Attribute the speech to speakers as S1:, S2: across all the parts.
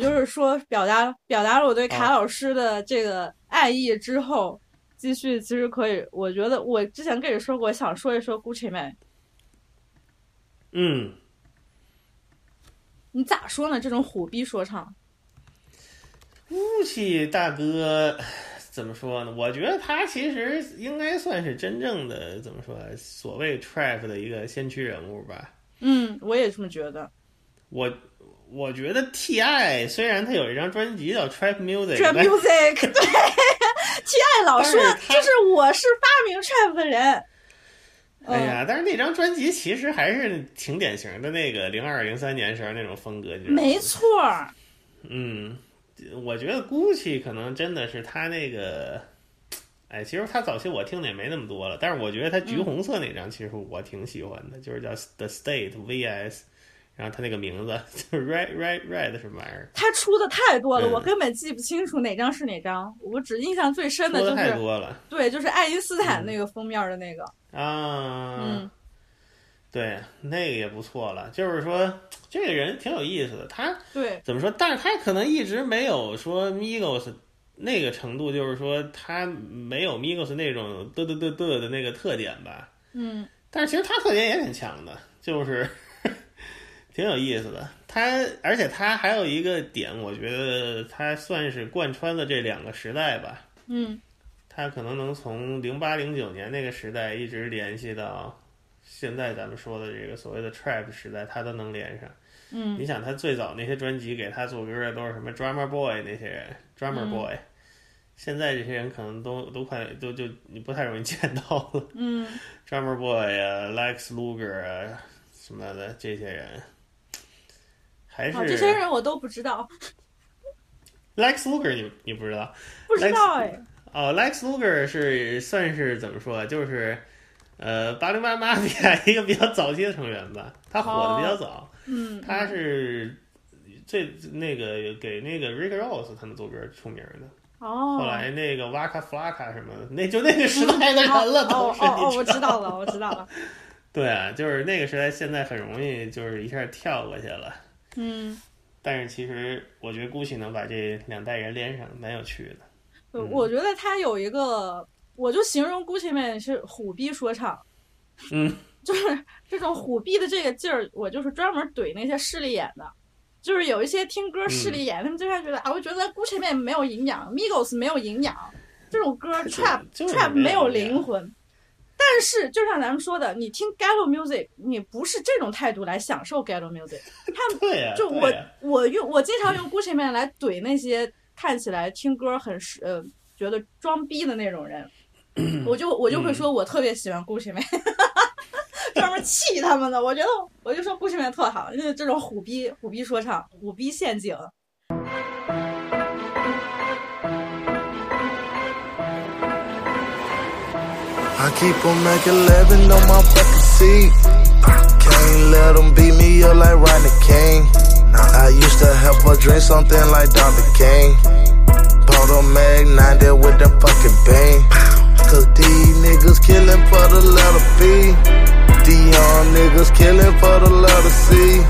S1: 就是说表达表达了我对
S2: 啊
S1: 卡老师的这个爱意之后，继续其实可以，我觉得我之前跟你说过，想说一说 Gucci 妹，
S2: 嗯，
S1: 你咋说呢？这种虎逼说唱，
S2: 雾气大哥 怎么说呢？我觉得他其实应该算是真正的怎么说，所谓 trap 的一个先驱人物吧。
S1: 嗯，我也这么觉得。
S2: 我我觉得 T.I 虽然他有一张专辑叫 Trap Music，
S1: Trap
S2: 但
S1: music，对，T.I 老说
S2: 但是他
S1: 就是我是发明 trap 的人，
S2: 哎呀，但是那张专辑其实还是挺典型的那个零二零三年时候那种风格，就是
S1: 没错儿，
S2: 嗯，我觉得 Gucci 可能真的是他那个，哎，其实他早期我听的也没那么多了，但是我觉得他
S1: 嗯
S2: 橘红色那张其实我挺喜欢的，就是叫 The State VS，然后他那个名字就是 Red Red Red 什么玩意儿，
S1: 他出的太多了，
S2: 嗯
S1: 我根本记不清楚哪张是哪张。我只印象最深的
S2: 说
S1: 就
S2: 的太
S1: 是
S2: 多了嗯
S1: 对，就是爱因斯坦那个封面的那个，
S2: 啊，
S1: 嗯
S2: 对，那个也不错了，就是说这个人挺有意思的，他。
S1: 对，
S2: 怎么说？但是他可能一直没有说 Migos 那个程度，就是说他没有 Migos 那种嘚嘚嘚嘚的那个特点吧。
S1: 嗯，
S2: 但是其实他特点也挺强的，就是 挺有意思的。他而且他还有一个点，我觉得他算是贯穿了这两个时代吧。
S1: 嗯，
S2: 他可能能从零八零九年那个时代一直联系到现在咱们说的这个所谓的 trap 时代，他都能连上。
S1: 嗯，
S2: 你想他最早那些专辑给他做歌的都是什么 drummer boy 那些人，drummer
S1: 嗯
S2: boy，、现在这些人可能都都快都就你不太容易 见到了。
S1: 嗯
S2: ，drummer boy 啊，Lex Luger 啊什么的这些人，还是、
S1: 哦好，这些人我都不知道，
S2: Lex Luger 你你不知道？
S1: 不知道哎，
S2: 哦，Lex Luger 是算是怎么说啊？就是，呃，八零八 八比亚一个比较早期的成员吧，他火的比较早，
S1: 嗯，
S2: 他是最那个给那个 Rick Ross 他们做歌出名的。
S1: 哦，
S2: 后来那个 Waka Flocka 什么的，那就那个时代的人了，
S1: 哦
S2: 都是
S1: 哦哦，
S2: 你
S1: 我知
S2: 道。
S1: 道了，我知道了，
S2: 对啊，就是那个时代，现在很容易就是一下跳过去了。
S1: 嗯，
S2: 但是其实我觉得 Gucci 能把这两代人连上，蛮有趣的。嗯
S1: 呃我觉得他有一个，我就形容 Gucci 妹是虎逼说唱，
S2: 嗯，
S1: 就是这种虎逼的这个劲儿，我就是专门怼那些势利眼的。就是有一些听歌
S2: 嗯
S1: 势利眼，他们经常觉得啊，我觉得 Gucci 妹没有营养，Migos 没有营养，这种歌 trap
S2: 就是
S1: trap 没有
S2: 灵
S1: 灵魂。但是，就像咱们说的，你听 ghetto music，你不是这种态度来享受 ghetto music。
S2: 对 呀、
S1: 就
S2: 对
S1: 我
S2: 呀
S1: 我用我经常用 Gucci 面来怼那些看起来听歌很是呃觉得装逼的那种 人，我就我
S2: 嗯
S1: 就会说我特别喜欢 Gucci 面， 专门气他们的。我觉得我就说 Gucci 面特好，就是这种虎逼虎逼说唱虎逼陷阱。哦
S3: I keep on making living on my fucking seat. Can't let them beat me up like Rodney King. I used to help her drink something like Dr. King. Bought a Mag 90 with the fucking bean. Cause these niggas killing for the letter B. These young niggas killing for the letter C.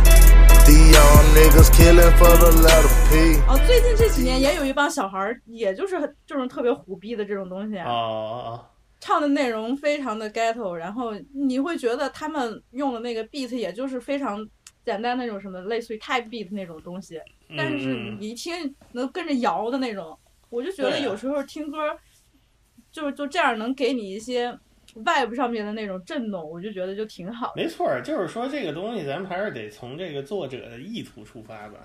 S3: These young niggas killing for the letter P.
S1: 哦，最近这几年也有一帮小孩儿，也就是很这种特别虎逼的这种东西，啊
S2: 哦哦
S1: 唱的内容非常的 ghetto，然后你会觉得他们用的那个 beat 也就是非常简单那种什么类似于 type beat 那种东西，
S2: 哦，
S1: 但是
S2: 嗯嗯
S1: 你一听能跟着摇的那种，我就觉得
S2: 对啊
S1: 有时候听歌就就这样能给你一些 vibe 上面的那种震动，我就觉得就挺好的。
S2: 没错儿，就是说这个东西咱们还是得从这个作者的意图出发吧，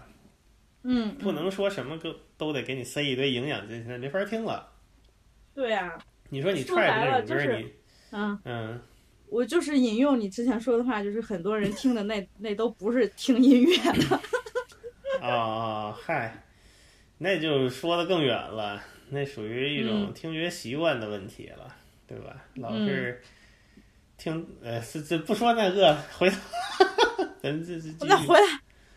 S1: 嗯，
S2: 不能说什么歌都得给你塞一堆营养进去，那没法听了。
S1: 对呀、
S2: 你说你
S1: 说
S2: trap
S1: 白
S2: 那
S1: 了
S2: 种
S1: 就
S2: 歌儿，
S1: 是
S2: 你
S1: 嗯，
S2: 嗯，
S1: 我就是引用你之前说的话，就是很多人听的那那都不是听音乐的，
S2: 啊、哦，嗨，那就说的更远了，那属于一种
S1: 嗯
S2: 听觉习惯的问题了，对吧？老是听，呃，这这不说那个，回头咱这这继
S1: 那
S2: 续
S1: 回来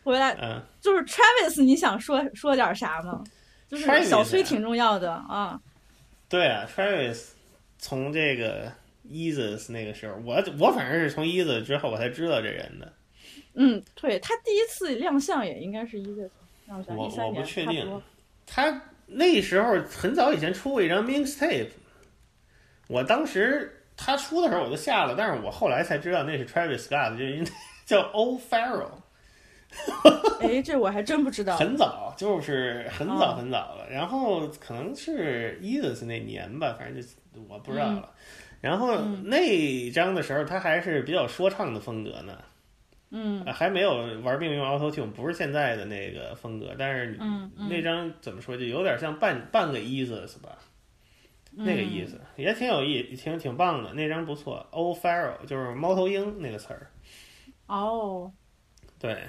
S1: 回来
S2: 嗯，
S1: 就是 Travis，你想说说点啥吗？就是
S2: Travis
S1: 小崔挺重要的啊，
S2: 对啊，Travis 从这个 Easus 那个时候，我我反正是从 Easus 之后我才知道这人的。
S1: 嗯，对他第一次亮相也应该是一个，让我想
S2: 我
S1: 一三
S2: 我不
S1: 年，
S2: 确
S1: 差
S2: 定
S1: 多。
S2: 他那时候很早以前出过一张 mixtape，我当时他出的时候我就下了，但是我后来才知道那是 Travis Scott，就是因为叫 o Farrell，
S1: 哎，这我还真不知道。
S2: 很早，就是很早
S1: 哦
S2: 很早了。然后可能是 e l i s 那年吧，反正就我不知
S1: 嗯
S2: 道了。然后那一张的时候，他还是比较说唱的风格呢，
S1: 嗯
S2: 啊还没有玩命运 Auto Tune，不是现在的那个风格，但是
S1: 嗯嗯
S2: 那张怎么说，就有点像半半个 e l i s 吧。那个意
S1: 思。
S2: 思，也挺有意，挺挺棒的，那张不错。o Farrell 就是猫头鹰那个词儿，
S1: 哦，
S2: 对，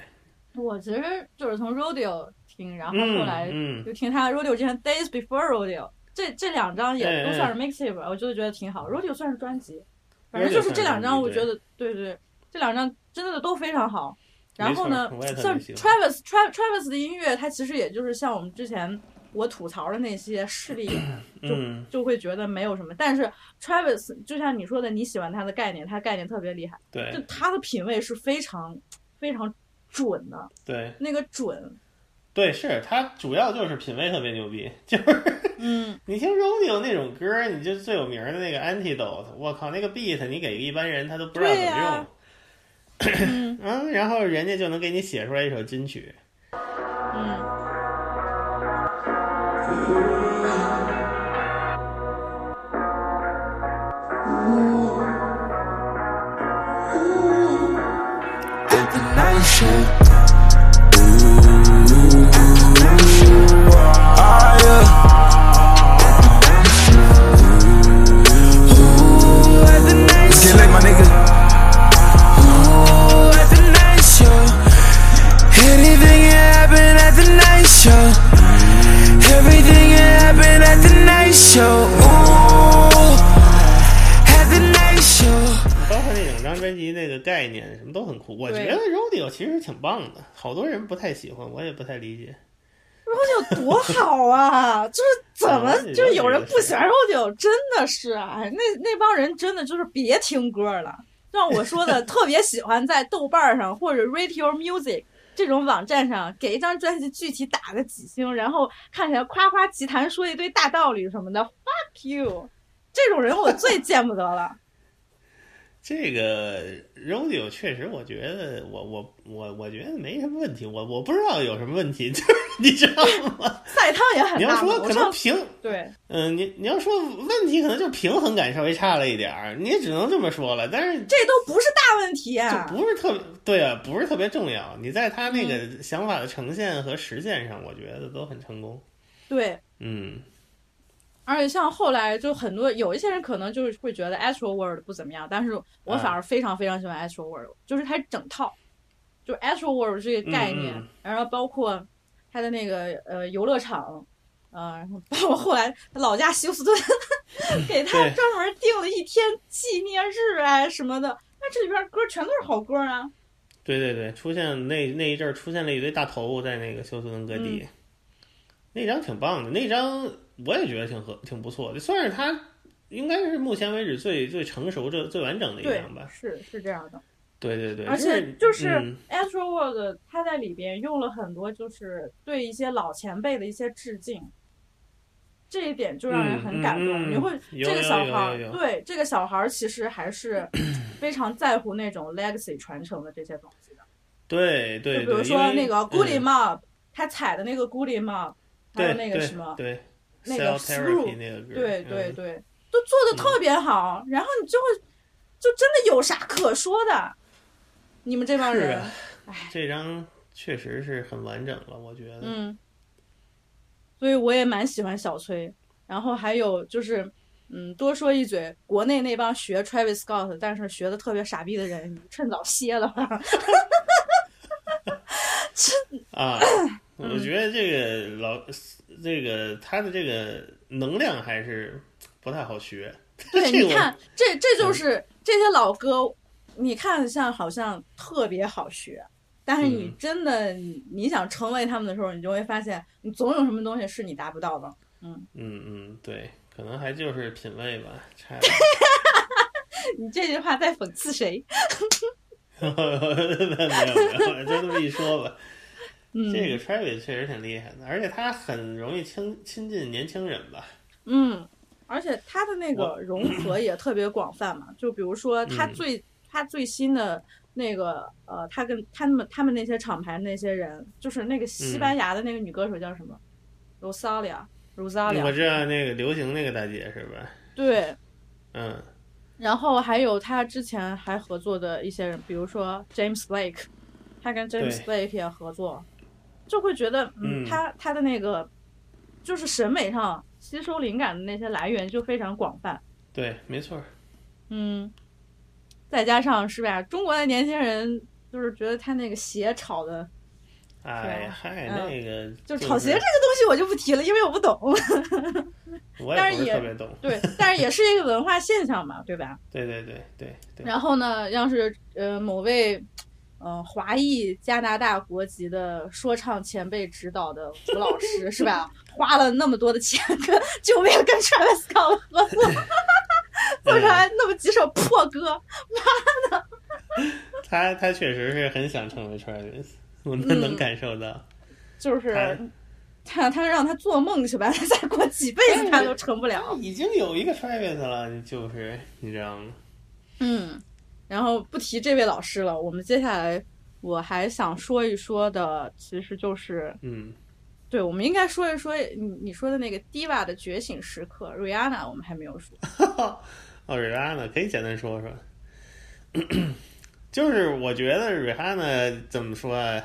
S1: 我其实就是从 Rodeo 听，然啊后
S2: 嗯
S1: 后来
S2: 嗯，
S1: 就听他 Rodeo 之前 Days Before Rodeo，这这两张也都
S2: 哎哎
S1: 算是 mixtape，吧、我就觉得挺好。Rodeo 算是专辑，反
S2: Rodeo
S1: 正就是这两张，我
S2: 算是
S1: 觉
S2: 专
S1: 得对对对，这两张真的都非常好。然后呢
S2: 没错我也，特
S1: 像
S2: 别喜欢
S1: Travis Tra- Travis 的音乐，它其实也就是像我们之前我吐槽的那些势力，
S2: 嗯，
S1: 就会觉得没有什么。但是 Travis 就像你说的，你喜欢他的概念，他概念特别厉害，就
S2: 对
S1: 他的品味是非常非常准的，
S2: 对
S1: 那个准，
S2: 对，是他主要就是品味特别牛逼，就是
S1: 嗯。
S2: 你听 Rodeo 那种歌儿，你就最有名儿的那个 Antidote，我靠，那个 beat 你给一般人他都不知道怎
S1: 对
S2: 么用，
S1: 呀嗯
S2: 嗯，然后人家就能给你写出来一首金曲，
S1: 嗯，
S3: Detonation. Oh, yeah. Get lit, my nigga. Ooh, at the night show. Anything can happen at the night show. Everything can happen at the night show. Ooh, at the night show.
S2: 包括那整张专辑那个概念什么都很酷。我觉
S1: 对
S2: 得 Rodeo 其实挺棒的，好多人不太喜欢，我也不太理解。
S1: 肉酒多好啊！ 就是怎么
S2: 嗯
S1: 就是有人不喜欢肉酒，真的是啊！哎那那帮人真的就是别听歌了。像我说 的，特别喜欢在豆瓣上或者 Radio Music 这种网站上给一张专辑具体打个几星，然后看起来夸夸其谈，说一堆大道理什么的。Fuck you！这种人我最见不得了。
S2: 这个 rodeo 确实，我觉得我我我我觉得没什么问题，我我不知道有什么问题，就是你知道吗？
S1: 赛汤也很
S2: 你要
S1: 大嘛，
S2: 说
S1: 我
S2: 可能
S1: 上
S2: 平，
S1: 对
S2: 嗯、你你要说问题，可能就是平衡感稍微差了一点儿，你也只能这么说了。但是
S1: 这都不是大问题啊！
S2: 就不是特别对啊，不是特别重要。你在他那
S1: 嗯
S2: 个想法的呈现和实践上，我觉得都很成功。
S1: 对，
S2: 嗯，
S1: 而且像后来就很多有一些人可能就是会觉得 Astro World 不怎么样，但是我反而非常非常喜欢 Astro World，、就是它整套，就 Astro World 这个概念，
S2: 嗯嗯
S1: 然后包括它的那个呃游乐场，呃，然后包括后来他老家休斯 顿给他
S2: 对
S1: 专门定了一天纪念日啊什么的，那这里边歌全都是好歌啊，
S2: 对对对，出现那那一阵儿出现了一堆大头在那个休斯顿各地，
S1: 嗯
S2: 那张挺棒的，那张我也觉得挺合挺不错的，算是他应该是目前为止最最成熟、最最完整的一
S1: 对
S2: 张，吧。
S1: 是是这样的。
S2: 对对对，
S1: 而且
S2: 就
S1: 就是
S2: 嗯
S1: Astro World，它在里边用了很多就是对一些老前辈的一些致敬，这一点就让人很感动。
S2: 嗯嗯嗯
S1: 你会
S2: 有
S1: 这个小孩儿
S2: 有有有有
S1: 对这个小孩儿其实还是非常在乎那种 legacy 传承的这些东西的。
S2: 对对对，
S1: 就比如
S2: 因
S1: 说
S2: 为
S1: 那个 Goody
S2: 嗯
S1: Mob，、他踩的那个 Goody Mob，还有那个什么，
S2: 对
S1: 那个
S2: Cell
S1: Screw，
S2: Therapy 那个歌，
S1: 对对
S2: 嗯
S1: 对，都做的特别好，然后你就会就真的有啥可说的。你们这帮
S2: 是
S1: 人，
S2: 啊这张确实是很完整了，我觉得。
S1: 嗯，所以我也蛮喜欢小崔。然后还有就是，嗯，多说一嘴，国内那帮学 Travis Scott，但是学的特别傻逼的人，你趁早歇了吧。
S2: 啊，我觉
S1: 嗯
S2: 得这个老这个他的这个能量还是不太好学。
S1: 对，
S2: 这个
S1: 你看，这这就是这些老歌，你看像好像特别好学，但是你
S2: 嗯
S1: 真的你你想成为他们的时候，你就会发现，你总有什么东西是你达不到的。
S2: 嗯嗯，对，可能还就是品味吧，差一
S1: 你这句话在讽刺谁？
S2: 点。没有没有，就这么一说吧。
S1: 嗯
S2: 这个 Travis 确实挺厉害的，而且他很容易亲亲近年轻人吧。
S1: 嗯，而且它的那个融合也特别广泛 嘛，就比如说它
S2: 嗯
S1: 最它最新的那个呃，他跟他们他们那些厂牌那些人，就是那个西
S2: 嗯
S1: 班牙的那个女歌手叫什么？Rosalia Rosalia，
S2: 嗯我知道那个流行那个大姐是吧？
S1: 对，
S2: 嗯，
S1: 然后还有他之前还合作的一些人，比如说 James Blake，他跟 James Blake 也合作，就会觉得嗯，
S2: 嗯
S1: 他他的那个就是审美上吸收灵感的那些来源就非常广泛，
S2: 对，没错儿。
S1: 嗯，再加上是吧，中国的年轻人就是觉得他那个鞋炒的，
S2: 哎嗨，那
S1: 啊
S2: 个
S1: 嗯就是炒鞋这个东西我就不提了，因为我不懂，
S2: 我
S1: 但是
S2: 也不是
S1: 也
S2: 特别懂。
S1: 对，但是也是一个文化现象嘛，对吧？
S2: 对对对对对，
S1: 然后呢，要是呃某位呃华裔加拿大国籍的说唱前辈指导的吴老师是吧？花了那么多的钱跟就为了跟 Travis Scott 合作， 做出来那么几首破歌，
S2: 他他确实是很想成为 Travis，我们能感受到。
S1: 嗯就是
S2: 哎
S1: 他他让他做梦去吧，他 再过几辈子他都成不了。
S2: 已经有一个 Travis 了，就是你知道吗？
S1: 嗯，然后不提这位老师了，我们接下来我还想说一说的，其实就是
S2: 嗯，
S1: 对，我们应该说一说你你说的那个 diva 的觉醒时刻，Rihanna 我们还没有说。
S2: 哦，瑞哈娜可以简单说 说。就是我觉得瑞哈娜怎么说啊？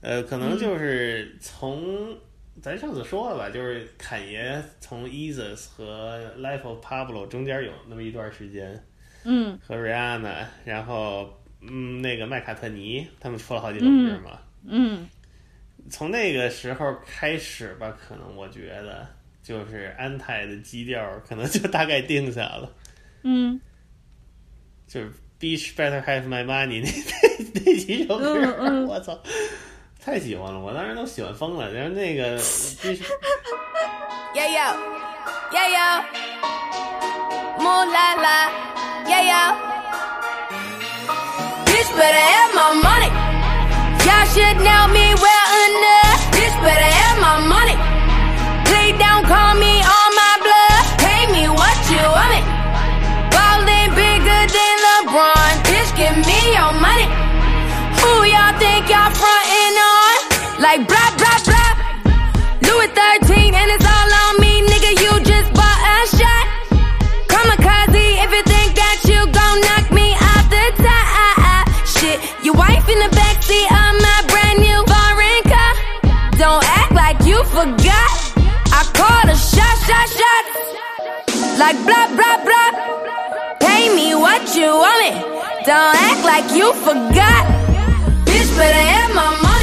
S2: 呃，可能就是从、咱上次说了吧，就是侃爷从 Jesus 和 Life of Pablo 中间有那么一段时间
S1: 嗯
S2: 和瑞哈娜，然后嗯，那个麦卡特尼他们出了好几首歌嘛。
S1: 嗯
S2: 从那个时候开始吧，可能我觉得就是安泰的基调可能就大概定下了。
S1: 嗯
S2: 就是 Beach Better Have My Money 那那那几首歌儿，
S1: 嗯嗯
S2: 我操，太喜欢了！我当时都喜欢疯了。然后 那个 Beach
S4: Yeah, yo. Yeah, yo. Moon la la. Yeah, yo. Bitch better have my money. Y'all should know me well enough. Bitch better have my money. Play down, call me on my blood. Pay me what you want it. Ballin' bigger than LeBron. Bitch, give me your money. Who y'all think y'all frontin' on? Like blah, blah, blah. Louis 13 and it's all on me, nigga. You just bought a shot. Kamikaze, if you think that you gon' knock me off the top. Shit, your wife in the backseat of my brand new foreign car. Don't act like you forgot. I called a shot, shot, shot. Like blah, blah, blah. Pay me what you want me. Don't act like you forgot. Bitch better have my money.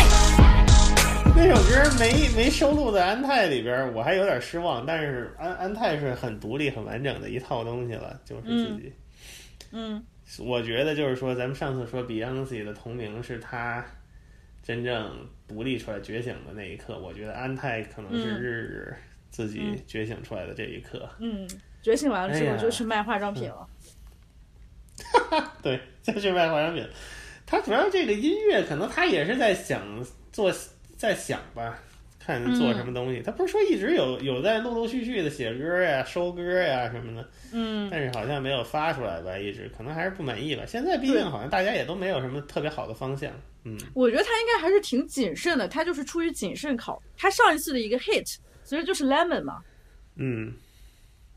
S2: 那首歌儿没没收录在安泰里边儿，我还有点失望。但是安安泰是很独立、很完整的一套东西了，就是自己。
S1: 嗯
S2: 我觉得就是说，咱们上次说 Beyonce 的同名是她真正独立出来觉醒的那一刻，我觉得安泰可能是
S1: 嗯
S2: 日日自己觉醒出来的这一刻。
S1: 嗯，觉醒完了之
S2: 哎
S1: 后
S2: 呀嗯
S1: 就去卖化妆品了。
S2: 对，就是卖化妆品。他主要这个音乐，可能他也是在想做，在想吧，看做
S1: 嗯
S2: 什么东西。他不是说一直有有在陆陆续续的写歌呀、收歌呀什么的，
S1: 嗯
S2: 但是好像没有发出来吧，一直可能还是不满意吧。现在毕
S1: 对
S2: 竟好像大家也都没有什么特别好的方向，嗯，
S1: 我觉得他应该还是挺谨慎的，他就是出于谨慎考虑。他上一次的一个 hit 其实就是 Lemon 嘛，
S2: 嗯。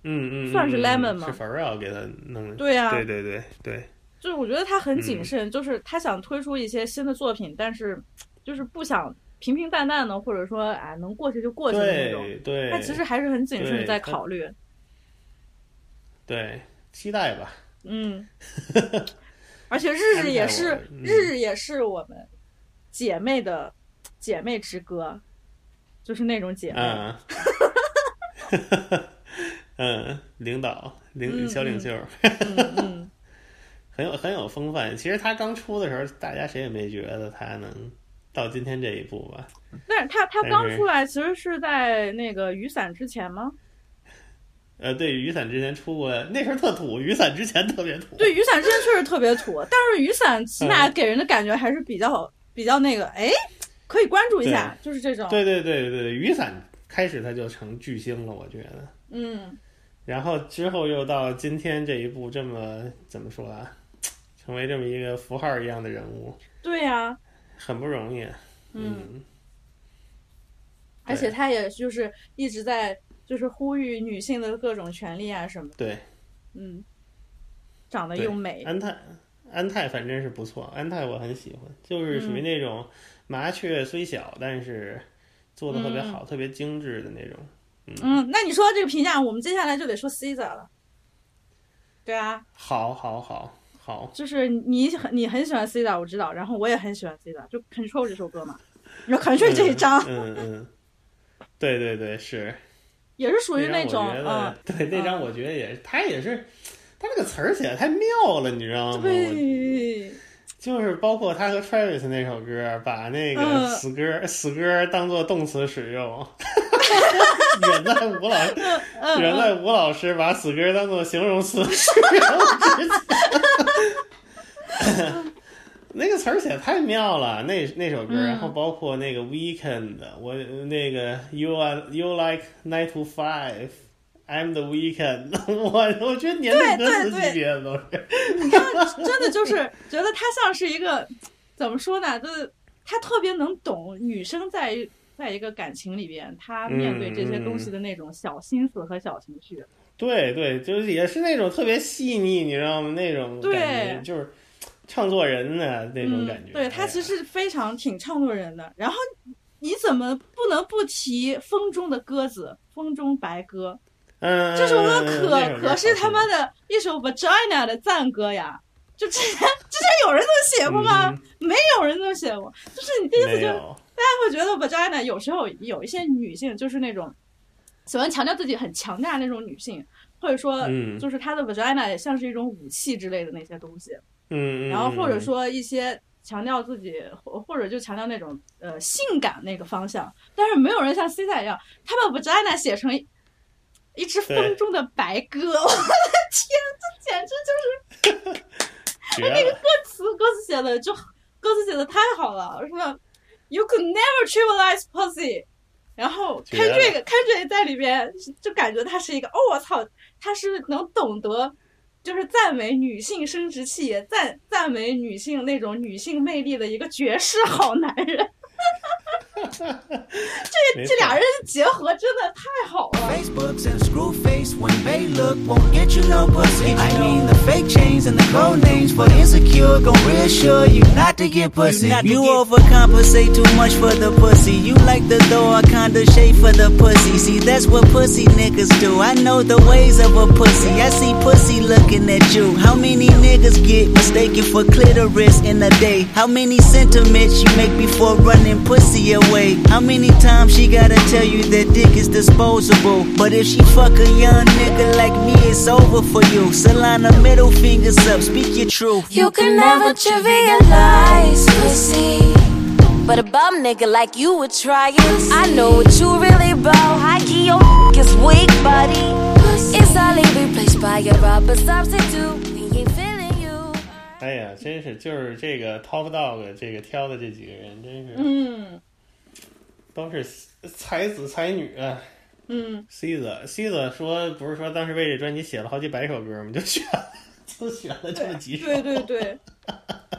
S2: 嗯嗯，
S1: 算是
S2: 嗯
S1: Lemon
S2: 嗯
S1: 吗
S2: 是 f a r r e l 给他弄的。
S1: 对啊呀
S2: 对对对对，
S1: 就是我觉得他很
S2: 嗯
S1: 谨慎，就是他想推出一些新的作品，但是就是不想平平淡淡的，或者说啊能过去就过去的那种。
S2: 对对，
S1: 他其实还是很谨慎的
S2: 对
S1: 在
S2: 他
S1: 考虑。
S2: 对期待吧，
S1: 嗯，而且日日也是
S2: 安排我嗯
S1: 日日也是我们姐妹的姐妹之歌，就是那种姐妹。
S2: 嗯， 嗯，领导领小领袖，
S1: 嗯嗯，
S2: 很有很有风范。其实他刚出的时候，大家谁也没觉得他能到今天这一步吧？
S1: 但是她她
S2: 但
S1: 刚
S2: 是
S1: 出来其实是在那个雨伞之前吗？
S2: 呃，对，雨伞之前出过，那时候特土，雨伞之前特别土。
S1: 对，雨伞之 前确实特别土，但是雨伞起码
S2: 嗯
S1: 给人的感觉还是比较比较那个，哎，可以关注一下，就是这种。
S2: 对对对对，雨伞开始它就成巨星了，我觉得。
S1: 嗯，
S2: 然后之后又到今天这一步，这么怎么说啊？成为这么一个符号一样的人物，
S1: 对呀、
S2: 很不容易。
S1: 嗯，
S2: 嗯，
S1: 而且他也就是一直在就是呼吁女性的各种权利啊什么的。
S2: 对，
S1: 嗯，长得
S2: 对哎
S1: 又美，
S2: 安泰，安泰反正是不错，安泰我很喜欢，就是
S1: 嗯
S2: 属于那种麻雀虽小，但是做的特别好、特别精致的那种。
S1: 嗯，那你说这个评价，我们接下来就得说 Caesar 了。对啊，
S2: 好，好，好， 好，
S1: 就是你很你很喜欢 Caesar，我知道，然后我也很喜欢 Caesar，就 Control 这首歌嘛，然后 Control 这一张、
S2: 嗯嗯嗯，对对对，是。
S1: 也是属于那种
S2: 张我觉
S1: 嗯
S2: 得，对那张我觉得也是，他也是，他这个词儿写的太妙了，你知道吗？
S1: 哎
S2: 我
S1: 对，
S2: 就是包括他和 Travis 那首歌，把那个
S1: 嗯
S2: 死歌、死歌当做动词使用。 远在吴老，
S1: 嗯
S2: 远在吴老师把死歌当做形容词使用 那个词儿写得太妙了，那那首歌，然
S1: 嗯
S2: 后包括那个 Weekend，我那个 You are You like nine to five，I'm the Weekend，我 我觉得年代歌词
S1: 对对
S2: 级别的都是。
S1: 真的就是觉得他像是一个 怎么说呢，就是他特别能懂女生在一在一个感情里边，她面对这些东西的那种小心思和小情绪。
S2: 对对，就是也是那种特别细腻，你知道吗？那种
S1: 对嗯
S2: 感觉就是唱作人的那种感觉。哎
S1: 对他其实非常挺唱作人的。然后你怎么不能不提《风中的鸽子》《风中白鸽》
S2: 哎呀，嗯，
S1: 这首歌
S2: 嗯
S1: 可、
S2: 那首歌
S1: 可是他妈
S2: 好
S1: 的一首 vagina 的赞歌呀！就之前之前有人这么写过吗？
S2: 嗯
S1: 没有人这么写过。就是你第一
S2: 听
S1: 次
S2: 没
S1: 就
S2: 有，
S1: 会觉得 vagina 有时候有一些女性就是那种喜欢强调自己很强大的那种女性，或者说
S2: 嗯
S1: 就是她的 vagina 也像是一种武器之类的那些东西。
S2: 嗯，嗯
S1: 然后或者，说一些强调自己，或或者就强调那种呃性感那个方向，但是没有人像 C 仔一样，他把 vagina 写成一一只
S2: 对
S1: 风中的白鸽，我的天，这简直就是哎
S2: 绝了，
S1: 词歌词写的就歌词写的太好了，什么 You could never trivialize pussy。然后
S2: 绝了
S1: Kendrick Kendrick 在里边就感觉他是一个，哦我操，他是能懂得就是赞美女性生殖器，也赞赞美女性那种女性魅力的一个绝世好男人。
S2: 没
S1: 这俩
S2: 错
S1: 人结合真的太好了，
S5: Facebooks and screw face when they look won't get you no pussy. I mean the fake chains and the code names for the insecure gon' reassure you not to get pussy. You overcompensate too much for the pussy. You like the door I kinda shade for the pussy. See that's what pussy niggas do. I know the ways of a pussy. I see pussy looking at you. How many niggas get mistaken for clitoris in a day? How many sentiments you make before running pussy away? How many times she gotta tell you that dick is disposable? But if she fuck a young nigga like me, it's over for you. Salina, middle fingers up, speak your truth.
S6: You can never trivialize pussy. But a bum nigga like you would try it. I know what you really about. Hockey, your is weak, buddy. It's only replaced by your rubber substitute. We ain't feeling you.
S2: 哎呀，真是就是这个 Top Dog 这个挑的这几个人，真是，
S1: 嗯
S2: 都是才子才女啊。
S1: 嗯，
S2: C 子 C 子说，不是说当时为这专辑写了好几百首歌吗？就选了，就选了这么几首。
S1: 对对对，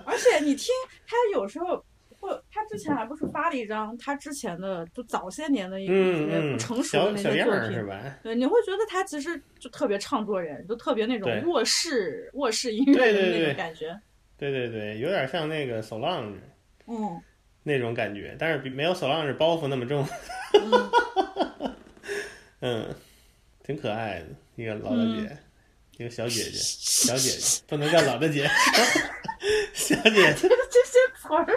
S1: 而且你听他有时候。或他之前还不是发了一张他之前的就早些年的一些
S2: 嗯
S1: 不
S2: 嗯，
S1: 成熟的
S2: 小
S1: 那
S2: 小
S1: 些
S2: 样
S1: 作
S2: 儿
S1: 品
S2: 是，吧？
S1: 对，你会觉得他其实就特别唱作人，就特别那
S2: 对
S1: 种卧室卧室音乐
S2: 对
S1: 的
S2: 对
S1: 那
S2: 对
S1: 种感觉。
S2: 对对对，有点像那个 Solange
S1: 嗯，
S2: 那种感觉，但是比没有 Solange 包袱那么重。嗯，挺可爱的一个老大姐，一个小姐姐，小姐姐不能叫老大姐， 小姐姐。
S1: 这些词儿，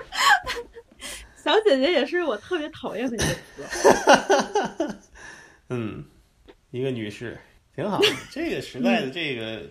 S1: 小姐姐也是我特别讨厌的一个词。
S2: 嗯，一个女士，挺好的。这个时代的这个，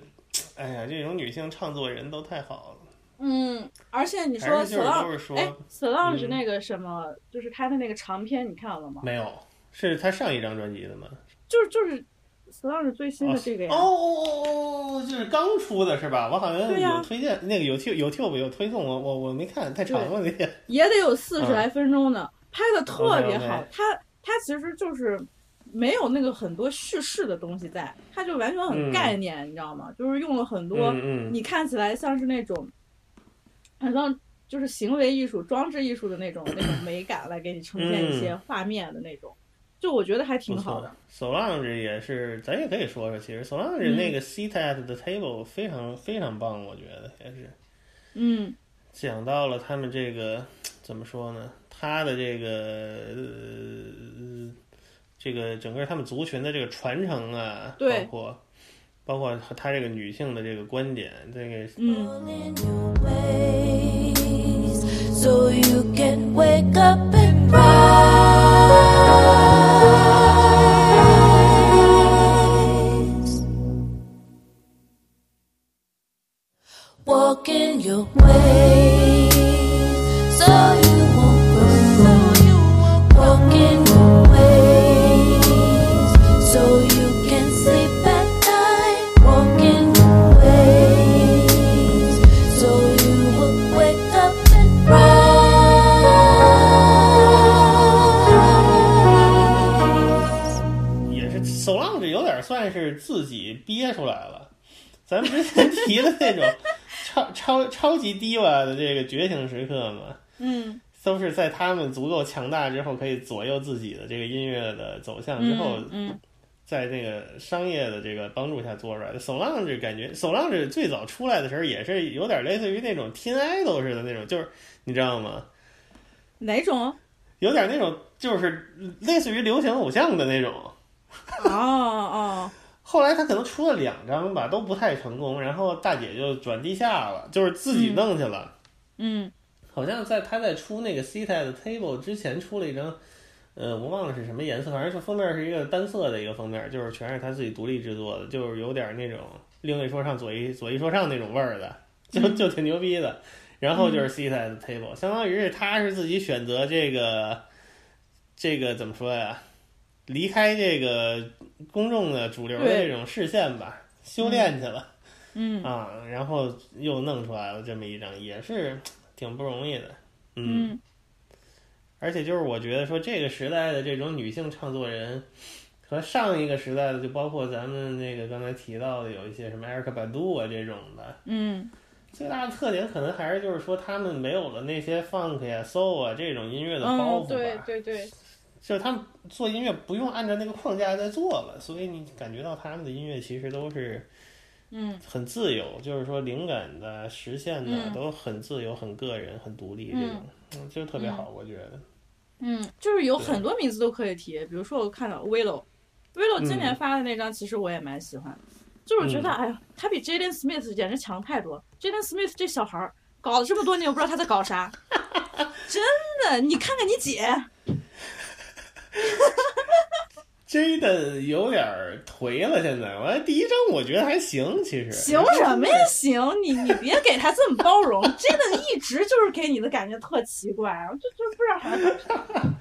S2: 哎呀，这种女性唱作人都太好了。
S1: 嗯，而且你
S2: 还
S1: 说
S2: 是就是都
S1: Solange，
S2: 是说
S1: 哎，Solange
S2: 嗯
S1: 那个什么，就是他的那个长篇，你看了吗？
S2: 没有，是她上一张专辑的吗？
S1: 就是就是 Solange 最新的这个呀
S2: 哦，哦哦哦，这是刚出的是吧？我好像
S1: 对呀
S2: 有推荐，那个有 t 有 tube 有推送，我我我没看，太长了那个。
S1: 也得有四十
S2: 嗯
S1: 来分钟呢，拍的特别好
S2: OK，OK。
S1: 它它其实就是没有那个很多叙事的东西在，它就完全很
S2: 嗯
S1: 概念，你知道吗？就是用了很多
S2: 嗯嗯
S1: 你看起来像是那种，好像就是行为艺术、装置艺术的那种那种 美感来给你呈现一
S2: 嗯
S1: 些画面的那种，就我觉得还挺好的。。
S2: Solange 也是，咱也可以说说，其实 Solange 那个 Seat at the Table 非常非常棒，我觉得也是
S1: 嗯
S2: 讲到了他们这个怎么说呢？他的这个呃，这个整个他们族群的这个传承啊，包
S1: 对
S2: 括包括他这个女性的这个观点，这个
S1: 嗯，
S4: So you can wake up and rise. Walk in your ways so you won't grow. Walk in your ways so you can sleep at night. Walk in your ways so you will wake up and rise.
S2: 也是 Solange 有点算是自己憋出来了。咱们之前提的那种超超超级低洼的这个觉醒时刻嘛，
S1: 嗯，
S2: 都是在他们足够强大之后，可以左右自己的这个音乐的走向之后，
S1: 嗯嗯
S2: 在那个商业的这个帮助下做出来的。Solange 感觉 Solange 最早出来的时候也是有点类似于那种 Teen Idol 似的那种，就是你知道吗？
S1: 哪种？
S2: 有点那种就是类似于流行偶像的那种。
S1: 哦哦，
S2: 后来他可能出了两张吧，都不太成功，然后大姐就转地下了，就是自己弄去了。
S1: 嗯
S2: 好像在他在出那个 C 台的 Table 之前出了一张，呃，我忘了是什么颜色，反正是封面是一个单色的一个封面，就是全是他自己独立制作的，就是有点那种另类说唱、左一左一说唱那种味儿的，就就挺牛逼的。然后就是 C 台的 Table，相当于是他是自己选择这个这个怎么说呀？离开这个公众的主流的
S1: 对
S2: 这种视线吧，修炼去了。
S1: 嗯
S2: 啊，然后又弄出来了这么一张，也是挺不容易的。嗯，
S1: 嗯
S2: 而且就是我觉得说这个时代的这种女性唱作人，和上一个时代的，就包括咱们那个刚才提到的有一些什么艾瑞克·班杜啊这种的，
S1: 嗯
S2: 最大的特点可能还是就是说他们没有了那些 funk 呀、soul 啊这种音乐的包袱吧。
S1: 嗯，对对对。
S2: 就是他们做音乐不用按照那个框架在做了，所以你感觉到他们的音乐其实都是，
S1: 嗯，
S2: 很自由，就是说灵感的实现的、
S1: 嗯
S2: 都很自由、很个人、很独立这种，嗯，就特别好，我觉得。
S1: 嗯，就是有很多名字都可以提，比如说我看到 Willow，Willow 今年发的那张，其实我也蛮喜欢的，就是觉得、哎呀，他比 Jalen Smith 简直强太多。Jalen Smith 这小孩儿搞了这么多年，我不知道他在搞 啥，真的，你看看你姐，
S2: Jaden 有点儿颓了，现在完第一张我觉得还行，其 实
S1: 行什么呀行，你你别给他这么包容，Jalen 一直就是给你的感觉特奇怪，我就就不知道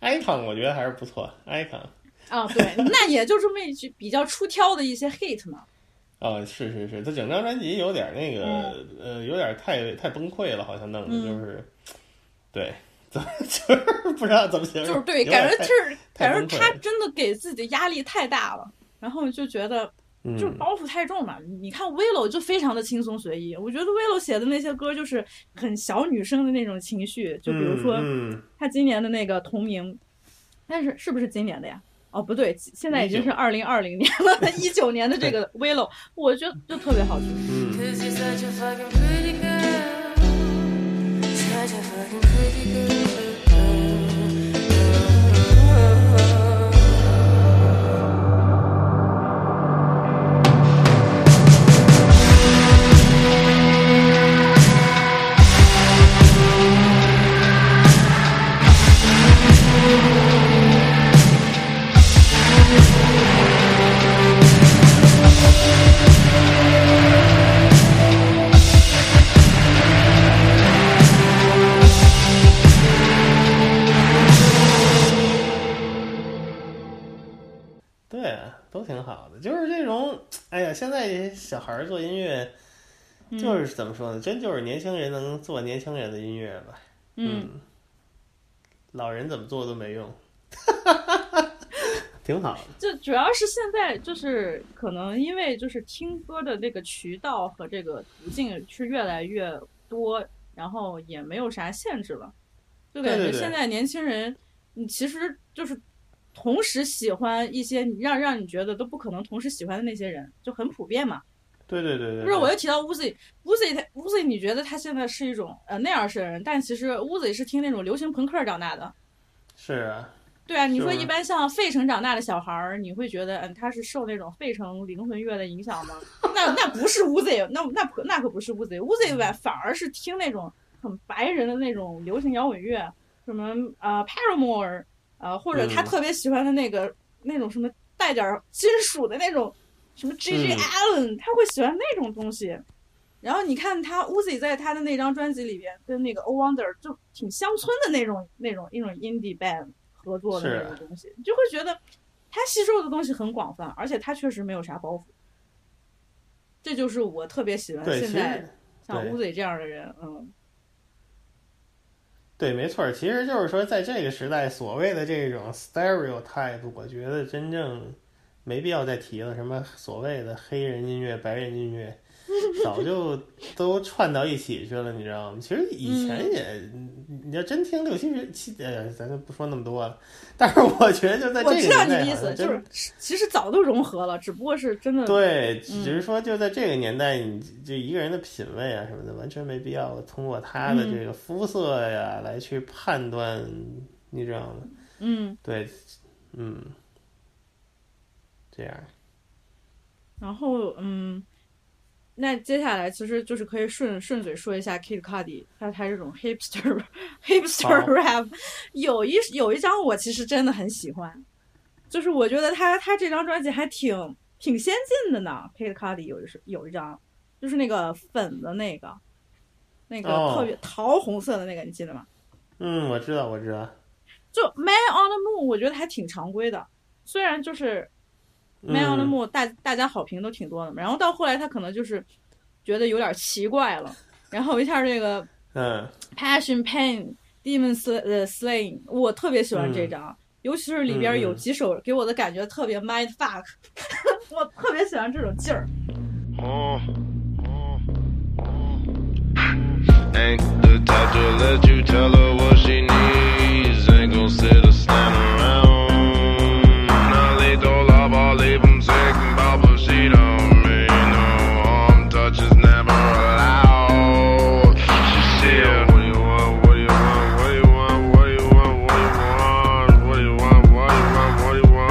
S1: 他
S2: Icon 我觉得还是不错，Icon
S1: 啊，对，那也就这么一句比较出挑的一些 hit 嘛，
S2: 啊、是是是，他整张专辑有点那个，呃，有点太太崩溃了，好像弄的、
S1: 嗯
S2: 就是，对，怎么 就是不知道怎么形容，
S1: 就是对，
S2: 嗯有点
S1: 感觉
S2: 太
S1: 就是
S2: 太
S1: 感
S2: 崩
S1: 觉
S2: 溃
S1: 他
S2: 了
S1: 真的给自己的压力太大了，然后就觉得
S2: 嗯
S1: 就是包袱太重嘛。你看 Willow 就非常的轻松随意，我觉得 Willow 写的那些歌就是很小女生的那种情绪，就比如说
S2: 嗯嗯
S1: 他今年的那个同名，但是是不是今年的呀？哦，不对，现在已经是二零二零年了，一九年的这个 Willow，我觉得就特别好听。
S2: 嗯
S1: 嗯
S4: Cause you're such a fucking pretty girl. Such a fucking pretty girl.
S2: 乐啊，都挺好的。就是这种，哎呀，现在小孩儿做音乐，
S1: 嗯
S2: 就是怎么说呢，真就是年轻人能做年轻人的音乐吧。
S1: 嗯，
S2: 老人怎么做都没 用，挺好的。
S1: 就主要是现在就是可能因为就是听歌的这个渠道和这个途径是越来越多，然后也没有啥限制了，就感
S2: 对
S1: 觉
S2: 对对
S1: 现在年轻人，你其实就是同时喜欢一些你让让你觉得都不可能同时喜欢的那些人，就很普遍嘛。
S2: 对对对对，
S1: 不是，我又提到 Uzi，Uzi 他 Uzi，你觉得他现在是一种呃那样式的人，但其实 Uzi 是听那种流行朋克长大的。
S2: 是啊，
S1: 对啊，你
S2: 是
S1: 说
S2: 不是
S1: 一般像费城长大的小孩儿，你会觉得，嗯，他是受那种费城灵魂乐的影响吗？那那不是 Uzi，那那可那可不是
S2: 嗯
S1: Uzi，Uzi 反反而是听那种很白人的那种流行摇滚乐，什么呃 Paramore，呃或者他
S2: 嗯
S1: 特别喜欢的那个、那种什么带点儿金属的那种什么 G G
S2: 嗯
S1: Allen，、他会喜欢那种东西。然后你看他 Uzi 在他的那张专辑里边跟那个 O Wonder 就挺乡村的那种那种一种 indie band 合作的那
S2: 是
S1: 种东西，你就会觉得他吸收的东西很广泛，而且他确实没有啥包袱。这就是我特别喜欢
S2: 对，其
S1: 现在
S2: 实
S1: 像
S2: 对
S1: Uzi 这样的人，嗯，
S2: 对，没错儿，其实就是说，在这个时代，所谓的这种 stereotype，我觉得真正没必要再提了。什么所谓的黑人音乐、白人音乐，早就 都串到一起去了，你知道吗？其实以
S1: 嗯
S2: 前也，你要真听六七十七，呃，咱就不说那么多了。但是我觉得就在这
S1: 我
S2: 个
S1: 知
S2: 年
S1: 道你
S2: 代，
S1: 的意
S2: 好像
S1: 思，
S2: 真
S1: 就是其实早都融合了，只不过是真 的
S2: 对，
S1: 嗯
S2: 只是说就在这个年代，你就一个人的品味啊什么的，完全没必要通过他的这个肤色呀、来去判断，你知道吗？
S1: 嗯，
S2: 对，嗯，这样，
S1: 然后嗯，那接下来其实就是可以顺顺嘴说一下 Kid Cudi，他他这种 hipster hipster
S2: 好
S1: rap，有一有一张我其实真的很喜欢，就是我觉得他他这张专辑还挺挺先进的呢。Kid Cudi 有一是有一张，就是那个粉的那个，那个
S2: 哦
S1: 特别桃红色的那个，你记得吗？
S2: 嗯，我知道，我知道，
S1: 就 Man on the Moon，我觉得还挺常规的，虽然就是《
S2: 嗯
S1: Man on the Moon》大大家好评都挺多的嘛，然后到后来他可能就是觉得有点奇怪了，然后一下这个
S2: 嗯，
S1: Passion Pain Demon Sl 呃 Slaying，我特别喜欢这
S2: 嗯
S1: 张，尤其是里边有几首给我的感觉特别 mind fuck，、我特别喜欢这种劲儿。
S7: Ain't the type to let you tell her what she needs. Ain't gon' sit or stand around. Nali dollar, I'll leave him sick and baba. She don't mean no harm. Touch is never allowed. She said, What do you want? What do you want? What do you want? What do you want? What do you want? What do you want? What do you want?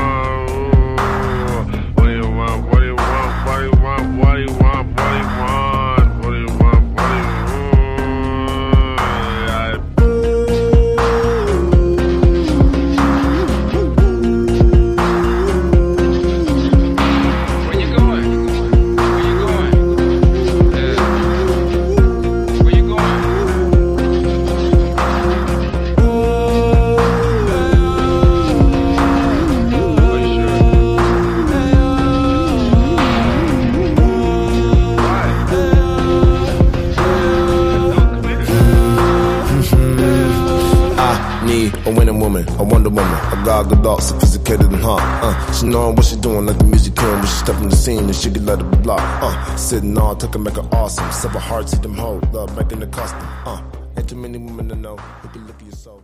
S7: What do you want? What do you want? What do you want? What do you want? What do you want? What do you want? What do you want? Yeah. Where you going? Where you going? Yeah. Where you going? Are you sure? Why? Don't come here.
S3: I need a winning woman, a Wonder Woman, a God Gadot, sophisticated and hot. Uh, she knowin' what she doing, like the music can when she step on the scene and she can let it block. Uh, sitting on, tuck and make her awesome, several hearts, see them hold, love making the cost. Uh, ain't too many women to know who can look at your soul.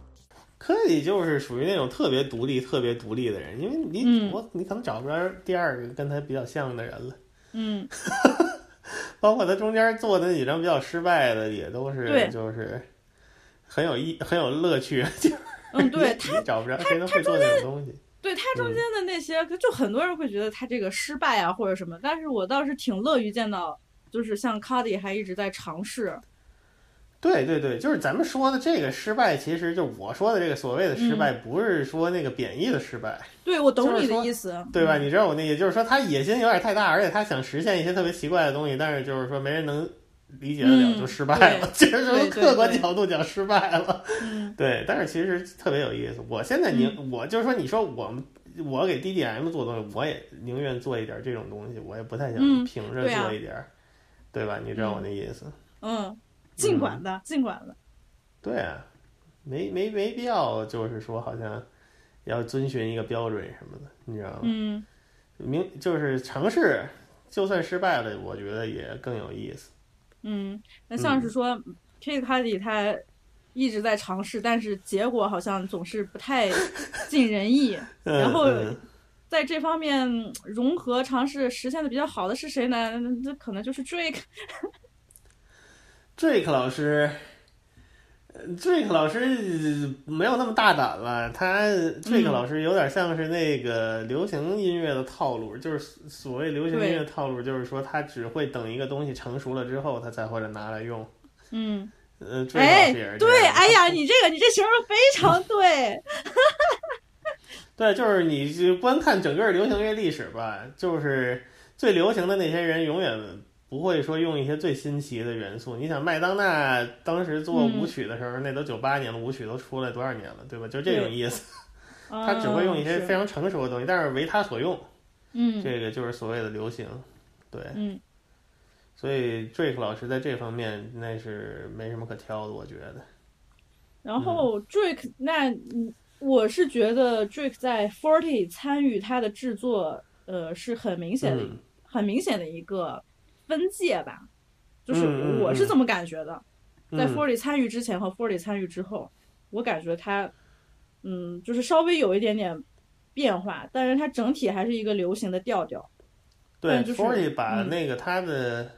S2: 科里就是属于那种特别独立、特别独立的人，因为你、
S1: 嗯
S2: 我你可能找不着第二个跟他比较像的人了。
S1: 嗯，
S2: 包括他中间做的那几张比较失败的，也都
S1: 对
S2: 是就是很有意、很有乐趣。就是
S1: 嗯，对
S2: 你
S1: 他
S2: 你找不着谁能会做那种东西。
S1: 对他中间的那些，就很多人会觉得他这个失败啊或者什么，但是我倒是挺乐于见到，就是像 Cudi 还一直在尝试，
S2: 对对对，就是咱们说的这个失败，其实就我说的这个所谓的失败，
S1: 嗯
S2: 不是说那个贬义的失败，
S1: 对我懂
S2: 就是
S1: 你的
S2: 说
S1: 意思，
S2: 对吧？你知道我那，也就是说他野心有点太大，而且他想实现一些特别奇怪的东西，但是就是说没人能理解得了，
S1: 嗯
S2: 就失败了。其实
S1: 对
S2: 从
S1: 对
S2: 客观
S1: 对
S2: 角度讲失败了。
S1: 嗯
S2: 对，但是其实特别有意思。我现在你、我就是说，你说我们我给 DDM 做东西，我也宁愿做一点这种东西，我也不太想
S1: 嗯
S2: 凭着
S1: 对啊
S2: 做一点儿，对吧？你知道我那意思？
S1: 嗯，尽管的，尽管的，
S2: 对啊，没没没必要，就是说好像要遵循一个标准什么的，你知道吗？
S1: 嗯，
S2: 明就是尝试，就算失败了，我觉得也更有意思。
S1: 嗯，那像是说 Kid Cudi 他一直在尝试，但是结果好像总是不 太尽人意。
S2: 嗯
S1: 然后
S2: 嗯
S1: 在这方面嗯融合尝试实现的比较好的是谁呢？那那可能就是 Drake。
S2: Drake 老师呃，Drake 老师呃没有那么大胆了，他
S1: 嗯
S2: Drake 老师有点像是那个流行音乐的套路，就是所谓流行音乐
S1: 对
S2: 套路，就是说他只会等一个东西成熟了之后，他才会拿来用。
S1: 嗯，
S2: 呃，Drake 老
S1: 哎
S2: 师也是，这
S1: 对，
S2: 样
S1: 哎呀，你这个你这形容非常对。
S2: 对，就是你就观看整个流行乐历史吧，就是最流行的那些人永远不会说用一些最新奇的元素。你想麦当娜当时做
S1: 嗯
S2: 舞曲的时候，那都九八年了，舞曲都出来多少年了，对吧？就这种意思， 他只会用一些
S1: 嗯
S2: 非常成熟的东西，但是为他所用，
S1: 嗯
S2: 这个就是所谓的流行。对，
S1: 嗯
S2: 所以 Drake 老师在这方面那是没什么可挑的，我觉得。嗯
S1: 然后 Drake，那你我是觉得 Drake 在 Forty 参与他的制作，呃，是很明显的、
S2: 嗯
S1: 很明显的一个分界吧，就是
S2: 嗯嗯
S1: 我是
S2: 嗯
S1: 这么感觉的，在
S2: 嗯
S1: Forty 参与之前和 Forty 参与之后，我感觉他，嗯，就是稍微有一点点变化，但是它整体还是一个流行的调调，
S2: 对
S1: 但就是
S2: f o r y 把
S1: 嗯
S2: 那个他的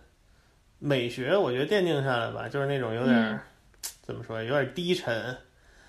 S2: 美学，我觉得奠定上了吧，就是那种有点儿、怎么说，有点低沉，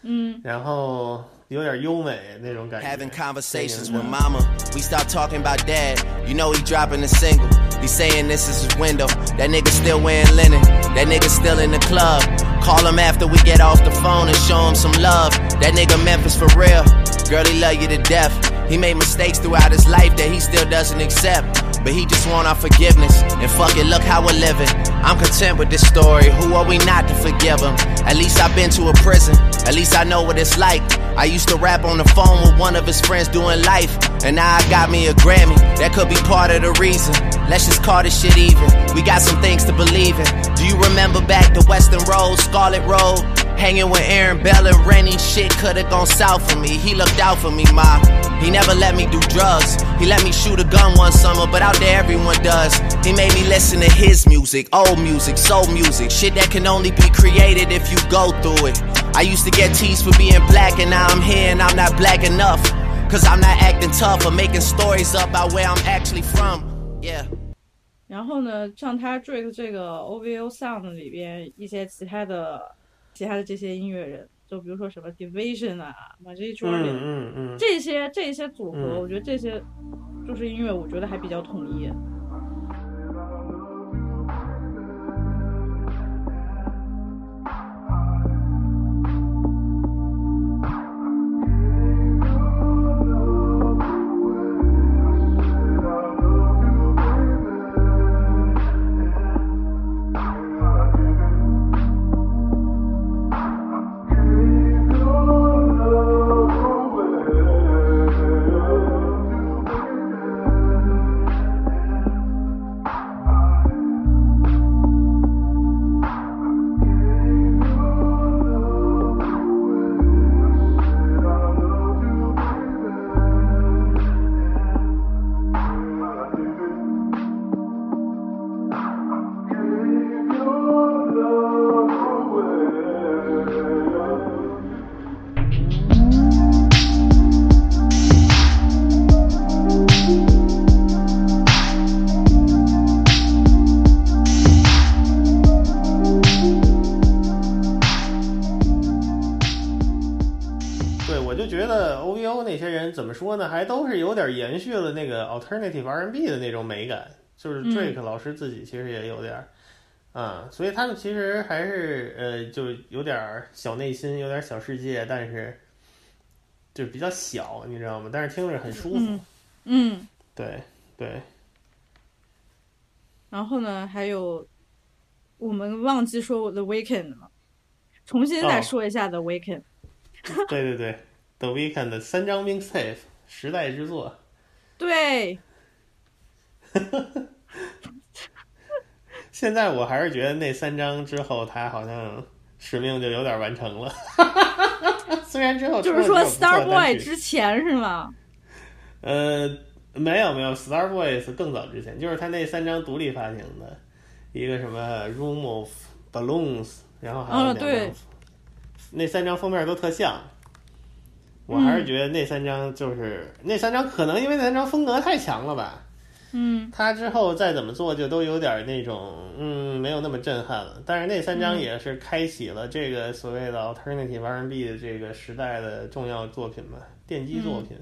S1: 嗯
S2: 然后有点优美那种感觉。
S8: Having conversations
S2: 对
S8: with mama. We start talking about dad. You know he dropping a single. He saying this is his window. That nigga still wearing linen. That nigga still in the club. Call him after we get off the phone and show him some love. That nigga Memphis for real. Girl, he love you to death. He made mistakes throughout his life that he still doesn't accept. But he just want our forgiveness. And fuck it, look how we're living. I'm content with this story. Who are we not to forgive him? At least I've been to a prison. At least I know what it's like. I used to rap on the phone with one of his friends doing life. And now I got me a Grammy. That could be part of the reason. Let's just call this shit even. We got some things to believe in. Do you remember back to Western Road, Scarlet Road? Hanging with Aaron Bell and Rennie, shit could've gone south for me. He looked out for me, ma. He never let me do drugs. He let me shoot a gun one summer, but out there everyone does. He made me listen to his music, old music, soul music, shit that can only be created if you go through it. I used to get teased for being black, and now I'm here and I'm not black enough. Cause I'm not acting tough or making stories up about where I'm actually from. Yeah.
S1: 然后呢，像他 Drake 这个 OVO Sound 里边一些其他的、其他的这些音乐人，就比如说什么 Division 啊、Magic
S2: 嗯
S1: Jordan、
S2: 嗯嗯，
S1: 这些这些组合，
S2: 嗯
S1: 我觉得这些就是音乐，我觉得还比较统一。
S2: 对，我就觉得 OVO 那些人怎么说呢，还都是有点延续了那个 alternative R&B 的那种美感，就是 Drake 老师自己其实也有点儿。啊、所以他们其实还是呃，就有点儿小内心，有点儿小世界，但是就比较小，你知道吗？但是听着很舒服。
S1: 嗯嗯，
S2: 对对，
S1: 然后呢，还有我们忘记说 The Weeknd 了，重新再
S2: 哦
S1: 说一下 The Weeknd。
S2: 对对对，The Weeknd 的三张 mixtape，时代之作。
S1: 对，
S2: 现在我还是觉得那三章之后，他好像使命就有点完成了。 虽然之后
S1: 就是说
S2: 出了几首
S1: ，Star
S2: 不错的单
S1: Boy
S2: 曲
S1: 之前是吗？
S2: 呃，没有没有，Star Boys 更早之前，就是他那三张独立发行的，一个什么 Room of Balloons，然后还有
S1: 嗯
S2: 两张，
S1: 对
S2: 那三张封面都特像。我
S1: 嗯
S2: 还是觉得那三张就是、那三张，可能因为那三张风格太强了吧。
S1: 嗯，
S2: 他之后再怎么做，就都有点那种，嗯，没有那么震撼了。但是那三张也是开启了这个所谓的 alternative R&B 的这个时代的重要作品吧，奠基作品。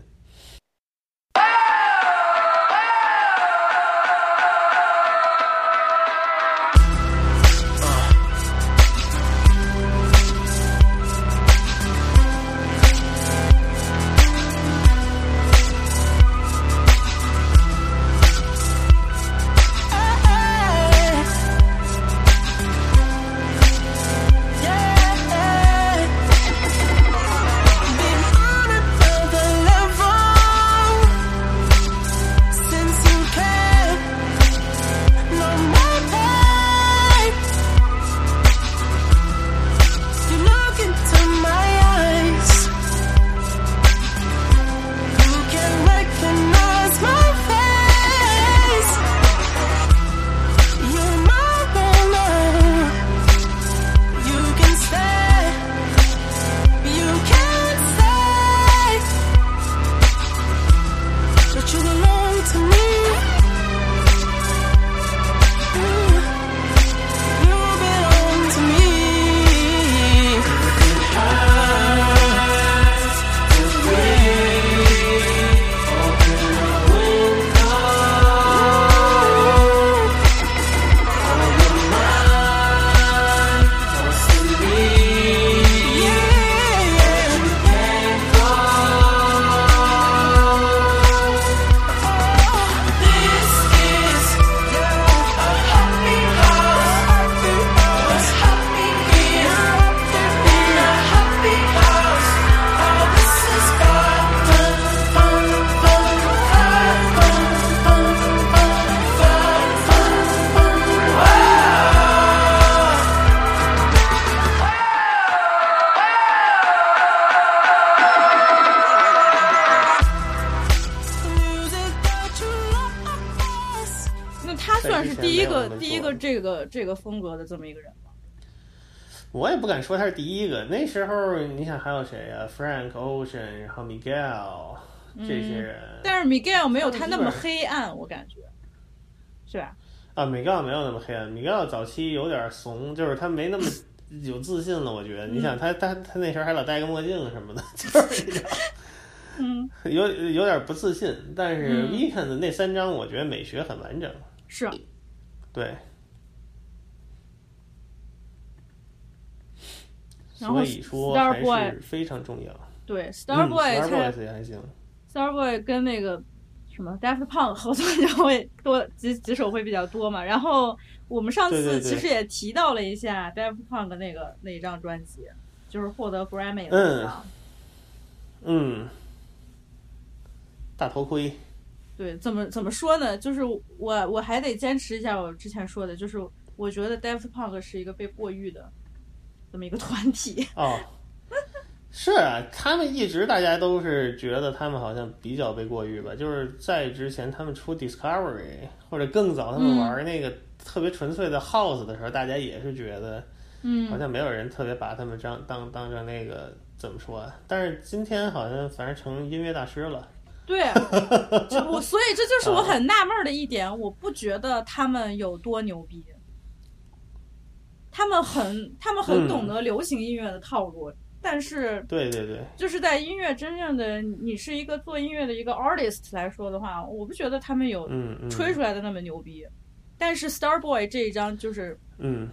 S9: You belong to me. Ooh. Mm. You belong to me.
S1: 那他
S2: 在
S1: 算
S2: 之
S1: 是
S2: 前
S1: 第
S2: 没
S1: 一
S2: 有
S1: 个
S2: 那么
S1: 第一
S2: 做
S1: 个这个这个风格的这么一个人吗？
S2: 我也不敢说他是第一个。那时候你想还有谁啊？Frank Ocean，然后 Miguel 这些人、
S1: 但是 Miguel 没有他那么
S2: 他是
S1: 黑暗，我感觉，是吧？
S2: 啊，Miguel 没有那么黑暗。Miguel 早期有点怂，就是他没那么有自信了。我觉得，你
S1: 嗯
S2: 想他他他那时候还老戴个墨镜什么的，就是那种
S1: 嗯，
S2: 有有点不自信。但是 Weekend 那三张，我觉得美学很完整。
S1: 是，
S2: 对，
S1: 然后
S2: 所以说
S1: Star
S2: 还
S1: Boy
S2: 是非常重要。
S1: 对，Star Boy
S2: 嗯、Star
S1: 他
S2: Boys 也还行。
S1: Star Boy 跟那个什么 Daft Punk 合作就会多几几首会比较多嘛。然后我们上
S2: 对对
S1: 次
S2: 对
S1: 其实也提到了一下 Daft Punk 那个那一张专辑，就是获得 Grammy 的那张。
S2: 嗯，大头盔。
S1: 对，怎么怎么说呢？就是我我还得坚持一下我之前说的，就是我觉得 Daft Punk 是一个被过誉的这么一个团体。
S2: 哦， 是啊，他们一直大家都是觉得他们好像比较被过誉吧，就是在之前他们出 Discovery 或者更早他
S1: 嗯
S2: 们玩那个特别纯粹的 House 的时候，大家也是觉得好
S1: 嗯，
S2: 像没有人特别把他们当当当成那个怎么说、啊，但是今天好像反正成音乐大师了。
S1: 对，就我所以这就是我很纳闷儿的一点，我不觉得他们有多牛逼，他们很他们很
S2: 嗯
S1: 懂得流行音乐的套路，但是
S2: 对对对，
S1: 就是在音乐真正的你是一个做音乐的一个 artist 来说的话，我不觉得他们有
S2: 嗯嗯，
S1: 吹出来的那么牛逼。但是 Star Boy 这一张就是，
S2: 嗯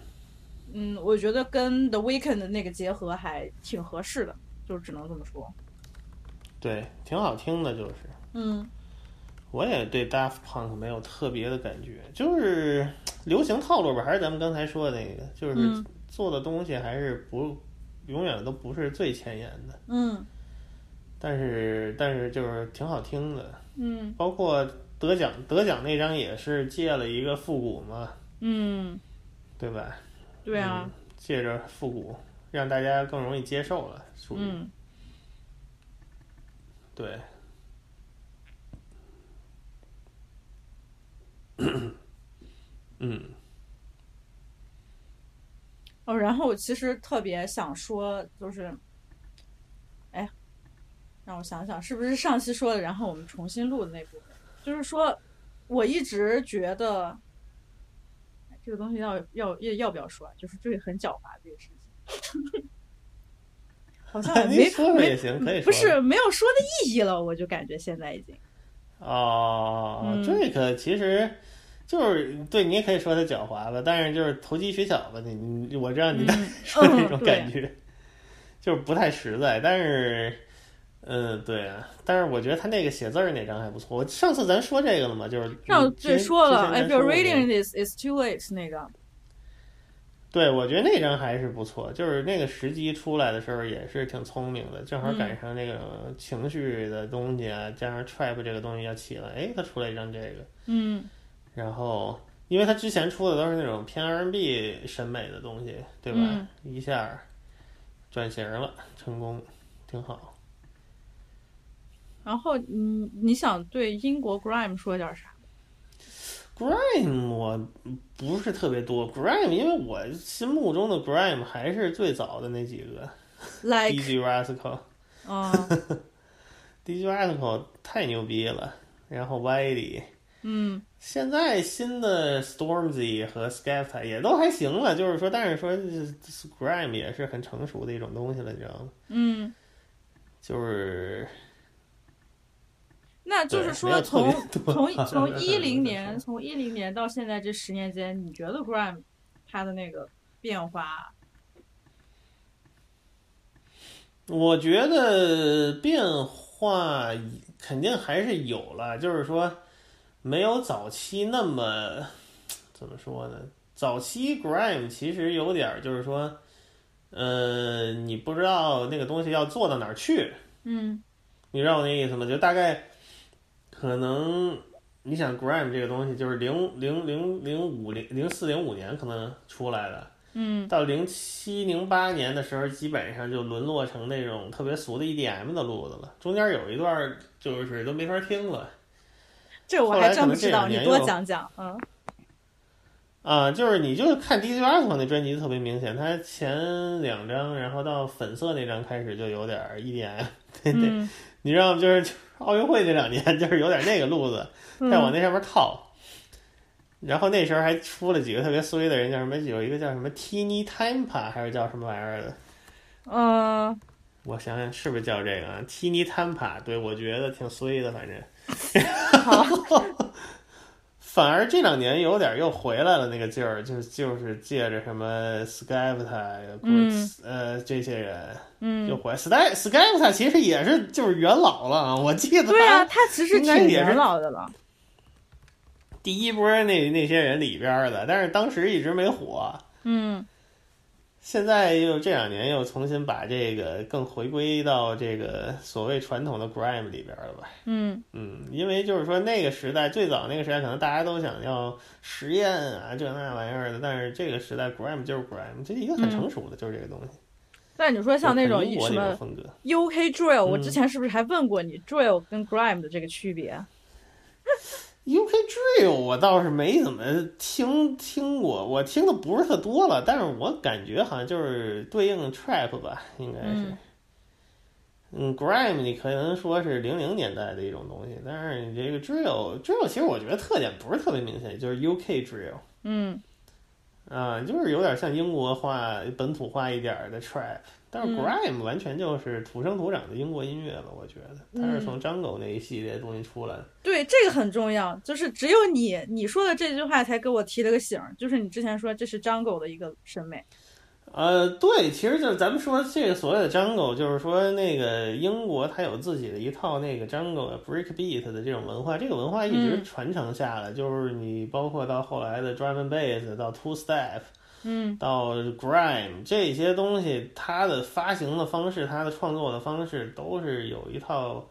S1: 嗯，我觉得跟 The Weeknd 的那个结合还挺合适的，就只能这么说。
S2: 对，挺好听的，就是。
S1: 嗯
S2: 我也对 Daft Punk 没有特别的感觉，就是流行套路吧，还是咱们刚才说的那个，就是
S1: 嗯
S2: 做的东西还是不永远都不是最前沿的。
S1: 嗯，
S2: 但是但是就是挺好听的，
S1: 嗯
S2: 包括得奖得奖那张也是借了一个复古嘛，
S1: 嗯，
S2: 对吧？
S1: 对啊，
S2: 借着复古，让大家更容易接受了，属于、
S1: 嗯，
S2: 对。嗯
S1: 哦，然后我其实特别想说，就是，哎，让我想想，是不是上期说的，然后我们重新录的那部分？就是说，我一直觉得哎这个东西要要要要不要说啊？就是这个很狡猾这个事情，好 像也
S2: 您
S1: 啊没
S2: 说说
S1: 没
S2: 也行可以
S1: 不
S2: 说
S1: 是没有说的意义了，我就感觉现在已经，
S2: 哦，
S1: 嗯
S2: 这个其实就是对你也可以说他狡猾吧，但是就是投机取巧吧，你你我知道你在
S1: 嗯
S2: 说那种
S1: 对
S2: 感觉，就是不太实在，但是。嗯，对啊，但是我觉得他那个写字儿那张还不错。我上次咱说这个了吗？就是
S1: 上
S2: 嗯
S1: 这
S2: 之
S1: 说
S2: 之
S1: 了，If
S2: 前咱
S1: you're
S2: 过这个
S1: reading this, it's too late 那个，
S2: 对，我觉得那张还是不错，就是那个时机出来的时候也是挺聪明的，正好
S1: 嗯
S2: 赶上那个情绪的东西啊，加上 trap 这个东西要起来，哎，他出来一张这个，
S1: 嗯
S2: 然后因为他之前出的都是那种偏 R&B 审美的东西，对吧？
S1: 嗯
S2: 一下转型了，成功，挺好。
S1: 然后你你想对英国 grime 说点啥？
S2: Grime 我不是特别多，Grime 因为我心目中的 Grime 还是最早的那几个 d
S1: like
S2: j Rascal。
S1: 嗯
S2: DJ Article 太牛逼了，然后 Wiley，
S1: 嗯
S2: 现在新的 Stormzy 和 Skepta 也都还行了，就是说，但是说这 Grime 也是很成熟的一种东西了，你知道吗？
S1: 嗯，
S2: 就是
S1: 那就是
S2: 对
S1: 说
S2: 没
S1: 从
S2: 有特别 多
S1: 从
S2: 好像
S1: 从
S2: 没有
S1: 一零
S2: 特别
S1: 年
S2: 多
S1: 从一零年到现在这十年间，你觉得 grime 它的那个变化？
S2: 我觉得变化肯定还是有了，就是说没有早期那么怎么说呢？早期 Grime 其实有点儿就是说，呃，你不知道那个东西要做到哪儿去，
S1: 嗯
S2: 你知道我那意思吗？就大概可能你想 Grime 这个东西，就是零零零零五零零四零五年可能出来的，
S1: 嗯
S2: 到零七零八年的时候，基本上就沦落成那种特别俗的 EDM 的路子了。中间有一段就是都没法听了
S1: 这我
S2: 后来
S1: 还
S2: 可
S1: 真不
S2: 能这
S1: 知道，
S2: 两
S1: 你
S2: 年
S1: 多
S2: 又
S1: 讲讲。嗯
S2: 啊，就是你就看 DJ a r 那专辑特别明显，他前两张，然后到粉色那张开始就有点儿 EDM，对对，
S1: 嗯
S2: 你知道吗？就是 就是奥运会那两年，就是有点那个路子。再往
S1: 嗯
S2: 那上面套。然后那时候还出了几个特别衰的人，叫什么？有一个叫什么 Tiny Tampa，还是叫什么玩意儿的？
S1: 嗯，
S2: 我想想是不是叫这个啊？Tiny Tampa，对我觉得挺衰的，反正。 反而这两年有点又回来了那个劲儿，就就是借着什么 Skepta、
S1: 嗯
S2: 呃这些人，
S1: 嗯
S2: 就回 Sky Skepta 其实也是就是元老了啊，我记得
S1: 对啊，
S2: 他
S1: 它其实
S2: 应
S1: 挺
S2: 该也
S1: 元
S2: 是
S1: 老的了。
S2: 第一波那那些人里边儿的，但是当时一直没火。
S1: 嗯
S2: 现在又这两年又重新把这个更回归到这个所谓传统的 grime 里边了吧？
S1: 嗯
S2: 嗯，因为就是说那个时代最早那个时代，可能大家都想要实验啊这那玩意儿的，但是这个时代 grime 就是 grime，这是一个很成熟的，就是这个东西。
S1: 那你说嗯像那种
S2: 就很英国
S1: 什
S2: 那
S1: 么
S2: 种风格，
S1: UK drill，我之
S2: 嗯
S1: 前是不是还问过你 drill 跟 grime 的这个区别？
S2: UK Drill 我倒是没怎么听听过，我听的不是特多了，但是我感觉好像就是对应 Trap 吧，应该是。
S1: 嗯
S2: 嗯 g r i m e 你可能说是零零年代的一种东西，但是你这个 Drill Drill 其实我觉得特点不是特别明显，就是 UK Drill
S1: 嗯
S2: 啊、就是有点像英国化、本土化一点儿的 Trap，但是
S1: 嗯
S2: Grime 完全就是土生土长的英国音乐吧，我觉得它是
S1: 嗯
S2: 从 Jungle 那一系列东西出来的。
S1: 对，这个很重要，就是只有你你说的这句话才给我提了个醒儿，就是你之前说这是张狗的一个审美，
S2: 呃，对，其实就是咱们说这个所谓的 Jungle，就是说那个英国它有自己的一套那个 Jungle 啊 Breakbeat 的这种文化，这个文化一直
S1: 嗯
S2: 传承下来，就是你包括到后来的 Drum and Bass 到 Two Step，
S1: 嗯，
S2: 到 grime 这些东西，它的发行的方式，它的创作的方式，都是有一套，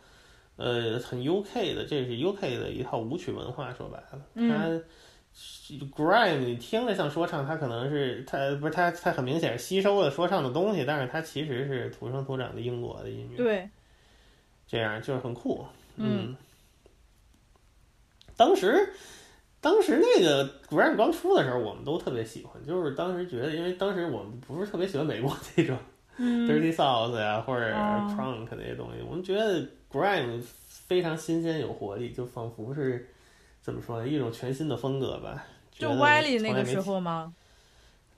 S2: 呃，很 UK 的，这是 UK 的一套舞曲文化。说白了，它、grime 你听着像说唱，它可能是它不是它它很明显是吸收了说唱的东西，但是它其实是土生土长的英国的音乐。
S1: 对，
S2: 这样就是很酷。嗯，当时当时那个 Grime 刚出的时候，我们都特别喜欢，就是当时觉得，因为当时我们不是特别喜欢美国那种 Dirty South 呀、或者
S1: 嗯哦
S2: Crunk 那些东西，我们觉得 Grime 非常新鲜有活力，就仿佛是怎么说呢，一种全新的风格吧。
S1: 就
S2: 觉得
S1: Wiley 那
S2: 从来
S1: 个
S2: 没
S1: 时候吗？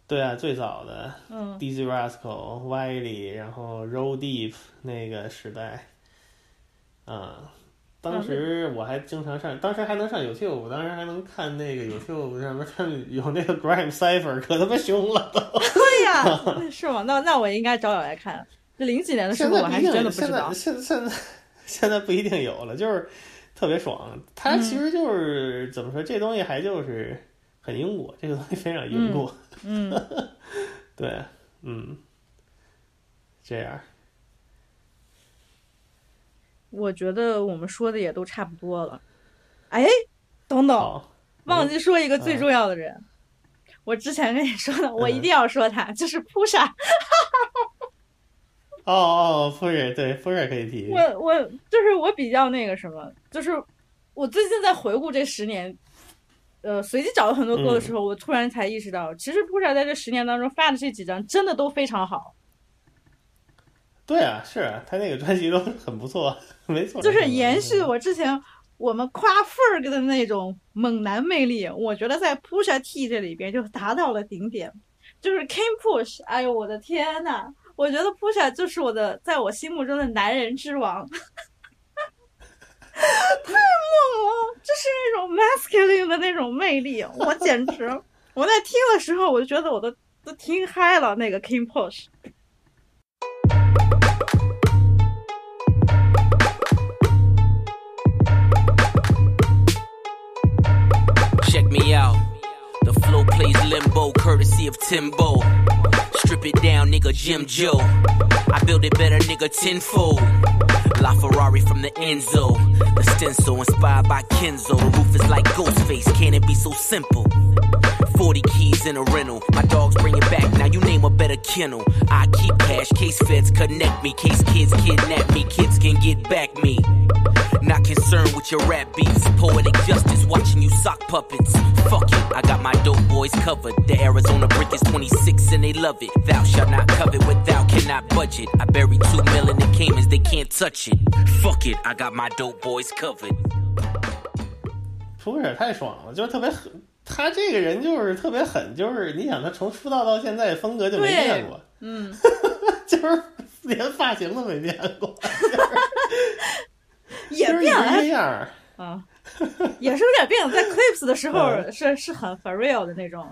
S2: 对啊，最早的
S1: 嗯
S2: Dizzy Rascal、Wiley，然后 Roll Deep 那个时代，啊、当时我还经常上，当时还能上 YouTube，当时还能看那个 YouTube 上面他们有那个 Grime Cipher，可他妈凶了都。
S1: 对呀， 是吗？那那我应该找找来看。这零几年的时
S2: 现
S1: 候，
S2: 在
S1: 我
S2: 不
S1: 还
S2: 一
S1: 是
S2: 定
S1: 真的不
S2: 现
S1: 知道
S2: 在。现现在现在不一定有了，就是特别爽。它
S1: 嗯
S2: 其实就是、怎么说，这东西还就是很英国，这个东西非常英国。
S1: 嗯，
S2: 对，嗯，这样。
S1: 我觉得我们说的也都差不多了。哎，等等，
S2: 好，嗯
S1: 忘记说一个最重要的人，我之前跟你说
S2: 嗯
S1: 的，我一定要说他，就是 Pusha。
S2: 哦哦，夫人对夫人可以提，
S1: 我我就是我比较那个什么，就是我最近在回顾这十年，呃，随机找了很多歌的时候，我突然才意识到，其实 Pusha 在这十年当中发的这几张真的都非常好，
S2: 对啊，是啊，他那个专辑都很不错， 没错，
S1: 就是
S2: 没错
S1: 延续我之前我们夸 Ferg 的那种猛男魅力，我觉得在 Pusha T 这里边就达到了顶点，就是 King Push，哎呦我的天呐，我觉得 Pusha 就是我的，在我心目中的男人之王。 哦，这是那种 masculine 的那种魅力，我简 直，我在听的时候，我就觉得我都都听嗨了。那个 King Push，
S10: Check me out. The flow plays limbo, courtesy of Timbo. Strip it down, nigga, Jim Joe. I build it better, nigga, tenfold. La Ferrari from the Enzo. The stencil inspired by Kenzo. The roof is like Ghostface, can it be so simple? 40 keys in a rental. My dogs bring it back. Now you name a better kennel. I keep cash, case feds connect me. Case kids kidnap me. Kids can get back me. Not concerned with your rap beefs. Poetic justice watching you sock puppets. Fuck it, I got my dope boys covered. The Arizona brick is 26 and they love it. Thou shalt not covet what thou cannot budget. I buried two mil in the Caymans, they can't touch it. Fuck it, I got my dope boys covered.
S2: 出点太爽了，就是特别狠。他这个人就是特别狠，就是你想他从出道到现在风格就没
S1: 对
S2: 变过，嗯， 就是连发型都没变过，
S1: 也
S2: 就是一
S1: 变
S2: 直
S1: 了
S2: 这，样儿。
S1: 啊，也是有点变了。在 Clips 的时候
S2: 嗯
S1: 是是很 for real 的那种，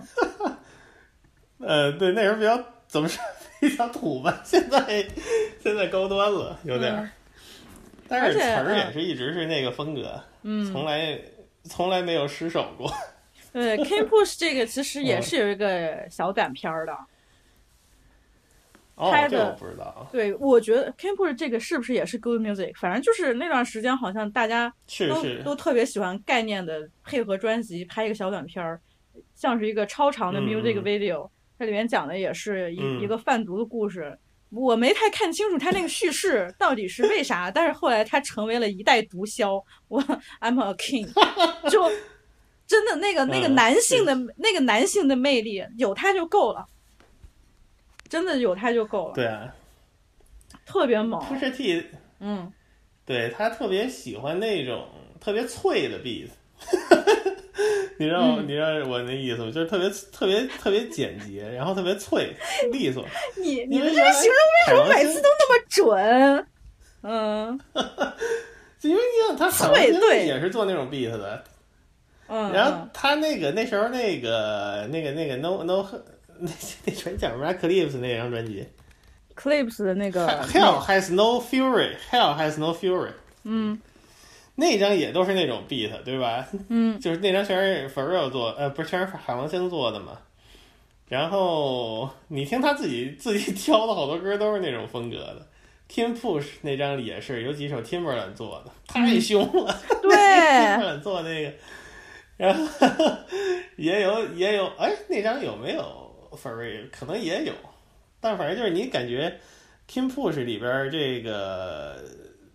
S2: 呃，对，那时候比较怎么说，比较土吧， 现在现在高端了，有点儿。
S1: 嗯
S2: 但
S1: 而
S2: 是词
S1: 且
S2: 儿也
S1: 嗯
S2: 是一直是那个风格，嗯，从来从来没有失手过。
S1: 对 King Push 这个其实也
S2: 嗯
S1: 是有一个小短片儿的。
S2: 哦
S1: 拍，
S2: 这
S1: 的
S2: 我不知道，
S1: 对，我觉得 King Push 这个是不是也是 Good Music？反正就是那段时间好像大家
S2: 是
S1: 都
S2: 是
S1: 都特别喜欢概念的配合专辑拍一个小短片儿，像是一个超长的
S2: 嗯
S1: music
S2: 嗯
S1: video，、它里面讲的也是一、
S2: 嗯
S1: 一个贩毒的故事。我没太看清楚它那个叙事到底是为啥，但是后来它成为了一代毒枭，我 I'm a king，就真的那个那个
S2: 嗯
S1: 男性的、那个男性的魅力有它就够了，真的有它就够了，
S2: 对啊
S1: 特别猛，
S2: ，Pusha T
S1: 嗯，
S2: 对他特别喜欢那种特别脆的 beat，你知道、
S1: 嗯
S2: 你知道我那意思吗？就是特别特别特别简洁，然后特别脆利索。
S1: 你你
S2: 因
S1: 的
S2: 为
S1: 这
S2: 原
S1: 个
S2: 来
S1: 形容为什么
S2: 海王
S1: 每
S2: 星
S1: 次都那么准？嗯
S2: 因为你想他海王
S1: 脆
S2: 星
S1: 对
S2: 也是做那种 beat 的，
S1: 嗯，
S2: 然后他那个那时候那个那个那个 No No 那那专辑叫什么来？Clips 那张专辑
S1: Clips 的那个
S2: ，Hell has no fury，Hell has no fury。
S1: 嗯
S2: 那张也都是那种 beat，对吧？
S1: 嗯
S2: 就是那张全是 Pharrell 做，呃，不是全是海王星做的嘛。然后你听他自己自己挑的好多歌都是那种风格的。Tim Push 那张也是有几首 Timberland 做的，
S1: 嗯
S2: 太凶了。
S1: 对，
S2: Timberland 做那个，然后 也有也有，哎，那张有没有 Ferry？可能也有，但反正就是你感觉 Tim Push 里边儿这个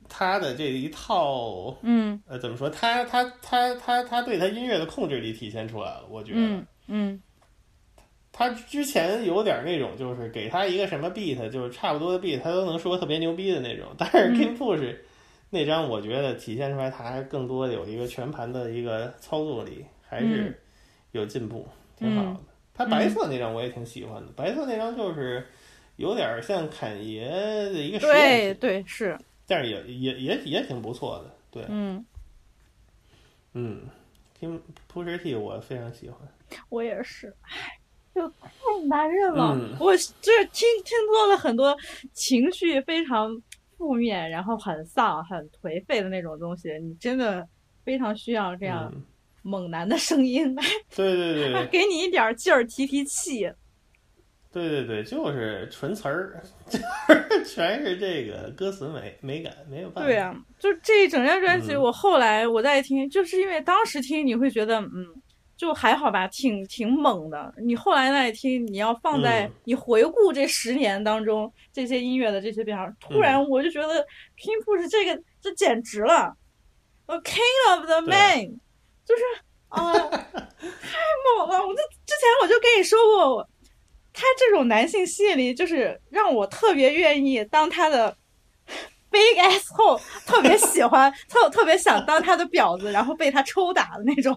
S2: 他的这一套
S1: 嗯
S2: 呃，怎么说？他他他他他对他音乐的控制力体现出来了，我觉得。
S1: 嗯嗯
S2: 他之前有点那种，就是给他一个什么 beat，就是差不多的 beat，他都能说特别牛逼的那种。但
S1: 嗯
S2: 是 King Push 那张，我觉得体现出来他还更多的有一个全盘的一个操作力，还
S1: 嗯
S2: 是有进步，挺好的。他白色那张我也挺喜欢的，白色那张就是有点像侃爷的一个实验
S1: 对对
S2: 室，
S1: 是，
S2: 但是也也也也挺不错的，对。
S1: 嗯，
S2: 嗯，Kim Pusher T 我非常喜欢。
S1: 我也是，唉，就太难忍了。
S2: 嗯
S1: 我就是听听多了很多情绪非常负面，然后很丧、很颓废的那种东西，你真的非常需要这样
S2: 嗯，
S1: 猛男的声音来、
S2: 对对 对
S1: 给你一点劲儿、提提气。
S2: 对对对，就是纯词儿， 全是这个歌词美美感，没有办法。
S1: 对啊，就这一整张专辑，
S2: 嗯
S1: 我后来我再听，就是因为当时听你会觉得，嗯，就还好吧，挺挺猛的。你后来再听，你要放在
S2: 嗯
S1: 你回顾这十年当中这些音乐的这些变化，突
S2: 嗯
S1: 然我就觉得 King Push 这个这简直了，呃，King of the
S2: 对
S1: Man，就是啊，太猛了！我就之前我就跟你说过，我他这种男性吸引力，就是让我特别愿意当他的 big ass hole，特别喜欢，特特别想当他的婊子，然后被他抽打的那种，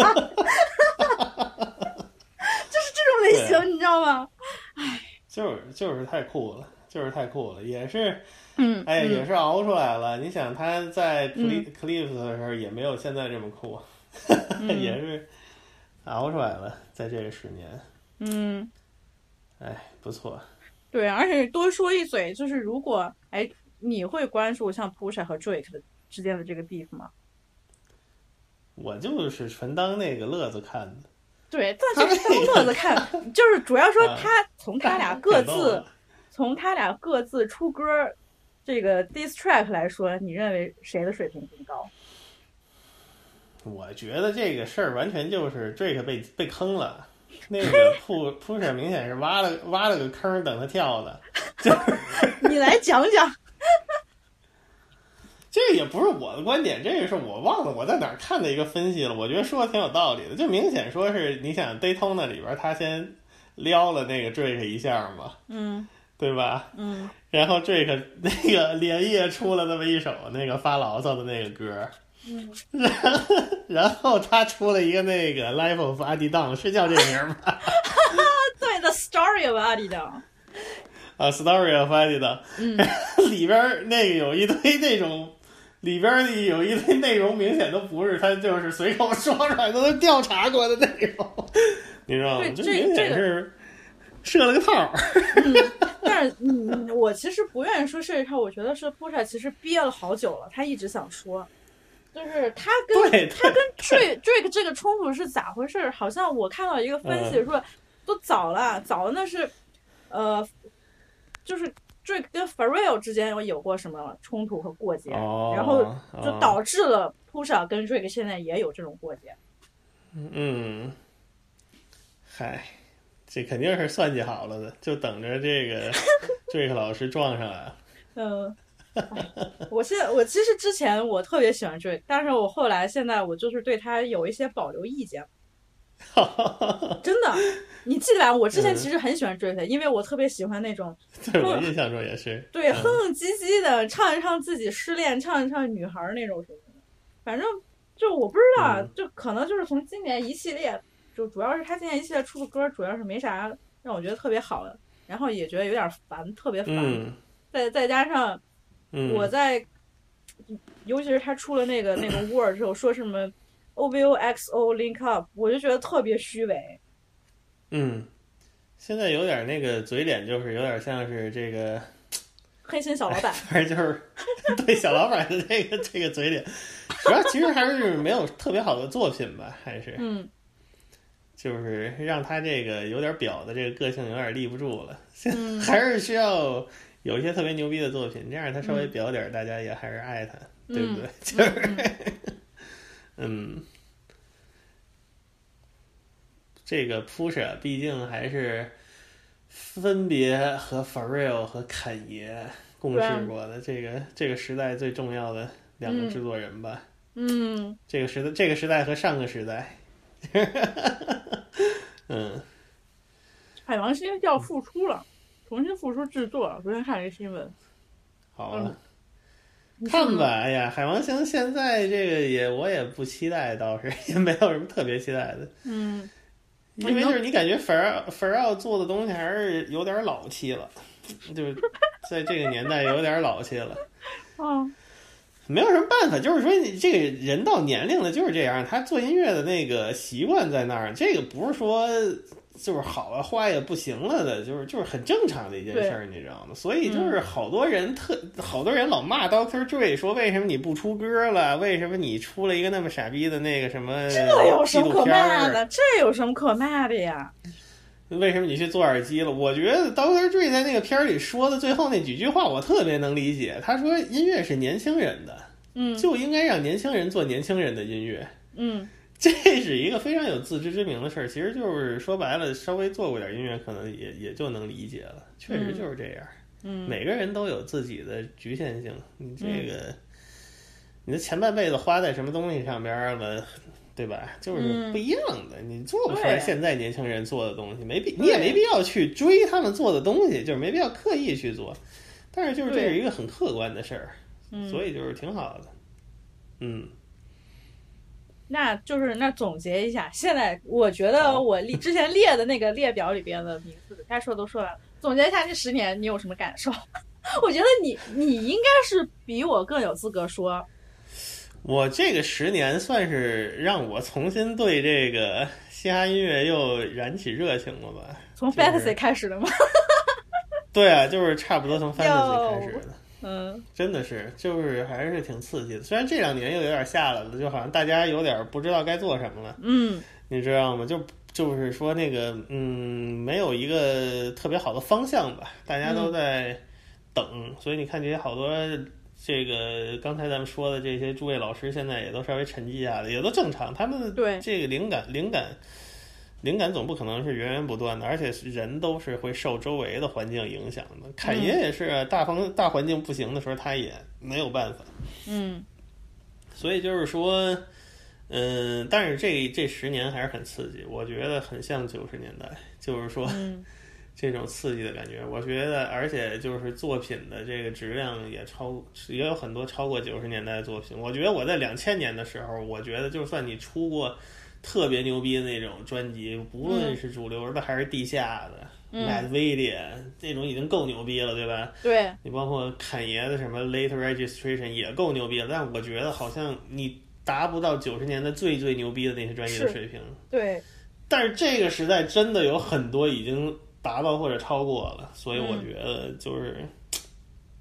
S1: 就是
S2: 啊
S1: 这种类型，你知道吗？
S2: 就是就是太酷了，就是太酷了，也是
S1: 嗯，
S2: 哎，
S1: 嗯
S2: 也是熬出来了。你想他在 Cle- Clips 的时候也没有现在这么酷，
S1: 嗯
S2: 也是熬出来了，在这十年，
S1: 嗯。
S2: 哎，不错。
S1: 对，而且多说一嘴，就是如果哎，你会关注像 Pusha 和 Drake 的之间的这个 beef 吗？
S2: 我就是纯当那个乐子看的，
S1: 对，但就是当乐子 看，就是主要说
S2: 哎啊
S1: 他从他俩各
S2: 感动啊
S1: 自
S2: 了
S1: 从他俩各自出歌儿这个 diss track 来说，你认为谁的水平更高？
S2: 我觉得这个事儿完全就是 Drake 被被 坑了，那个 p 扑 s 明显是挖了挖了个坑等他跳的，
S1: 你来讲讲。
S2: 这也不是我的观点，这个是我忘了我在哪儿看的一个分析了，我觉得说的挺有道理的，就明显说是你想 Daytona 里边他先撩了那个 Drake 一下嘛，
S1: 嗯
S2: 对吧？
S1: 嗯
S2: 然后 Drake 那个连夜出了那么一首那个发牢骚的那个歌，
S1: 嗯，
S2: 然后他出了一个那个 Life of Adi Down 是叫这名儿吗？
S1: 对，The Story of Adi Dong。
S2: 啊，Story of Eddie 的，
S1: 嗯
S2: 里边儿那个有一堆那种，里边儿有一堆内容明显都不是他就是随口说出来的，都是调查过的内容，你知道吗
S1: 对？
S2: 这
S1: 这
S2: 明
S1: 这
S2: 显
S1: 个
S2: 是设了个套儿。
S1: 但是，嗯，我其实不愿意说这一套，我觉得是 Pusha 其实憋了好久了，他一直想说，就是他跟
S2: 对，他跟
S1: Drake Drake 这个冲突是咋回事儿？好像我看到一个分析
S2: 嗯
S1: 说，都早了，早了那是，呃，就是 Drake 跟 Pharrell 之间有有过什么冲突和过节，
S2: 哦
S1: 然后就
S2: 哦
S1: 导致了 Pusha 跟 Drake 现在也有这种过节。
S2: 嗯，嗨，这肯定是算计好了的，就等着 这个 Drake 老师撞上来了。
S1: 嗯，哎我现在我其实之前我特别喜欢 Drake，但是我后来现在我就是对他有一些保留意见。真的，你记得吧？我之前
S2: 嗯
S1: 其实很喜欢 Drake，、的，因为我特别喜欢那种
S2: 对我印象中也是，
S1: 对，
S2: 嗯
S1: 哼哼唧唧的唱一唱自己失恋，唱一唱女孩儿那种什么的，反正就我不知道，啊
S2: 嗯，
S1: 就可能就是从今年一系列，就主要是他今年一系列出的歌，主要是没啥让我觉得特别好的，然后也觉得有点烦，特别烦，
S2: 嗯
S1: 再再加上
S2: 嗯，
S1: 我在，尤其是他出了那个那个 Word 之后，说什么 O V O X O Link Up，我就觉得特别虚伪。
S2: 嗯，现在有点那个嘴脸，就是有点像是这个，
S1: 黑心小老板，
S2: 反正就是对小老板的这个这个哎嘴脸，主要其实还是没有特别好的作品吧，还是
S1: 嗯，
S2: 就是让他这个有点表的这个个性有点立不住了， 还是需要有一些特别牛逼的作品，这样他稍微表点儿，大家也还是爱他，对不对？ 就是，嗯，这个 Pusha 毕竟还是分别和 Pharrell 和肯爷共事
S1: 对
S2: 过的这个这个时代最重要的两个制作人吧。
S1: 嗯，
S2: 这个时代，这个时代和上个时代，嗯，
S1: 海王星要复出了，重新复出制作了。昨天看了一个新闻，
S2: 好了，看吧。哎呀，海王星现在这个也我也不期待，倒是也没有什么特别期待的，
S1: 嗯，
S2: 因为就是你感觉 f e r f e r 做的东西还是有点老气了，就是在这个年代有点老气了。
S1: 啊，
S2: 没有什么办法，就是说你这个人到年龄了就是这样，他做音乐的那个习惯在那儿，这个不是说就是好啊坏呀不行了的，就是就是很正常的一件事儿，你知道吗？所以就是好多人特、好多人老骂 Doctor Dre 说为什么你不出歌了？为什么你出了一个那么傻逼的那个什么这
S1: 这有什么可骂的？这有什么可骂的呀？
S2: 啊为什么你去做耳机了？我觉得 Doctor Dre 在那个片儿里说的最后那几句话，我特别能理解。他说音乐是年轻人的，
S1: 嗯
S2: 就应该让年轻人做年轻人的音乐。
S1: 嗯，
S2: 这是一个非常有自知之明的事儿，其实就是说白了，稍微做过点音乐，可能也也就能理解了。确实就是这样，
S1: 嗯
S2: 每个人都有自己的局限性。你这个，你的前半辈子花在什么东西上边儿了，对吧？就是不一样的，你做不出来
S1: 嗯对啊
S2: 现在年轻人做的东西，没必你也没必要去追他们做的东西，就是没必要刻意去做。但是就是这
S1: 对
S2: 是一个很客观的事儿，
S1: 嗯
S2: 所以就是挺好的。嗯，
S1: 那就是那总结一下，现在我觉得我列之前列的那个列表里边的名字，该说都说完了。总结一下这十年，你有什么感受？ 我觉得你你应该是比我更有资格说，
S2: 我这个十年算是让我重新对这个嘻哈音乐又燃起热情了吧？
S1: 从
S2: 就是
S1: fantasy 开始的吗？
S2: 对啊，就是差不多从 fantasy
S1: 哟
S2: 开始的，
S1: 嗯
S2: 真的是，就是还是挺刺激的。虽然这两年又有点下来了，就好像大家有点不知道该做什么了，
S1: 嗯
S2: 你知道吗？就就是说那个，嗯，没有一个特别好的方向吧，大家
S1: 嗯
S2: 都在等，所以你看这些好多。这个刚才咱们说的这些诸位老师，现在也都稍微沉寂下来，也都正常。他们
S1: 对
S2: 这个灵感、灵感、灵感总不可能是源源不断的，而且人都是会受周围的环境影响的。侃
S1: 嗯
S2: 爷也是啊大方大环境不行的时候，他也没有办法。
S1: 嗯，
S2: 所以就是说，嗯，但是这这十年还是很刺激，我觉得很像九十年代，就是说、 这种刺激的感觉。我觉得，而且就是作品的这个质量也超，也有很多超过九十年代的作品。我觉得我在两千年的时候，我觉得就算你出过特别牛逼的那种专辑，不论是主流的还是地下的。Mad Video 这种已经够牛逼了，对吧？
S1: 对，
S2: 你包括侃爷的什么 late registration 也够牛逼了，但我觉得好像你达不到九十年代最最牛逼的那些专业的
S1: 是
S2: 水平。
S1: 对，
S2: 但是这个时代真的有很多已经达到或者超过了，所以我
S1: 嗯
S2: 觉得就是、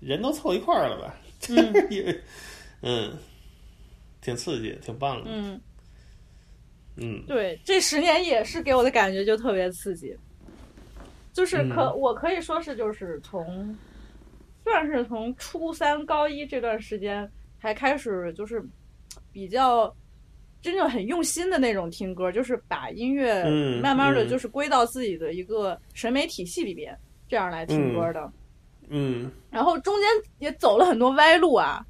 S2: 人都凑一块儿了 吧，嗯 嗯，挺刺激，挺棒的，
S1: 嗯
S2: 嗯
S1: 对，这十年也是给我的感觉就特别刺激，就是可、
S2: 嗯
S1: 我可以说是就是从，算是从初三高一这段时间才开始就是比较。真正很用心的那种听歌，就是把音乐
S2: 嗯
S1: 慢慢的
S2: 嗯
S1: 就是归到自己的一个审美体系里边，这样来听歌的。
S2: 嗯
S1: 然后中间也走了很多歪路啊，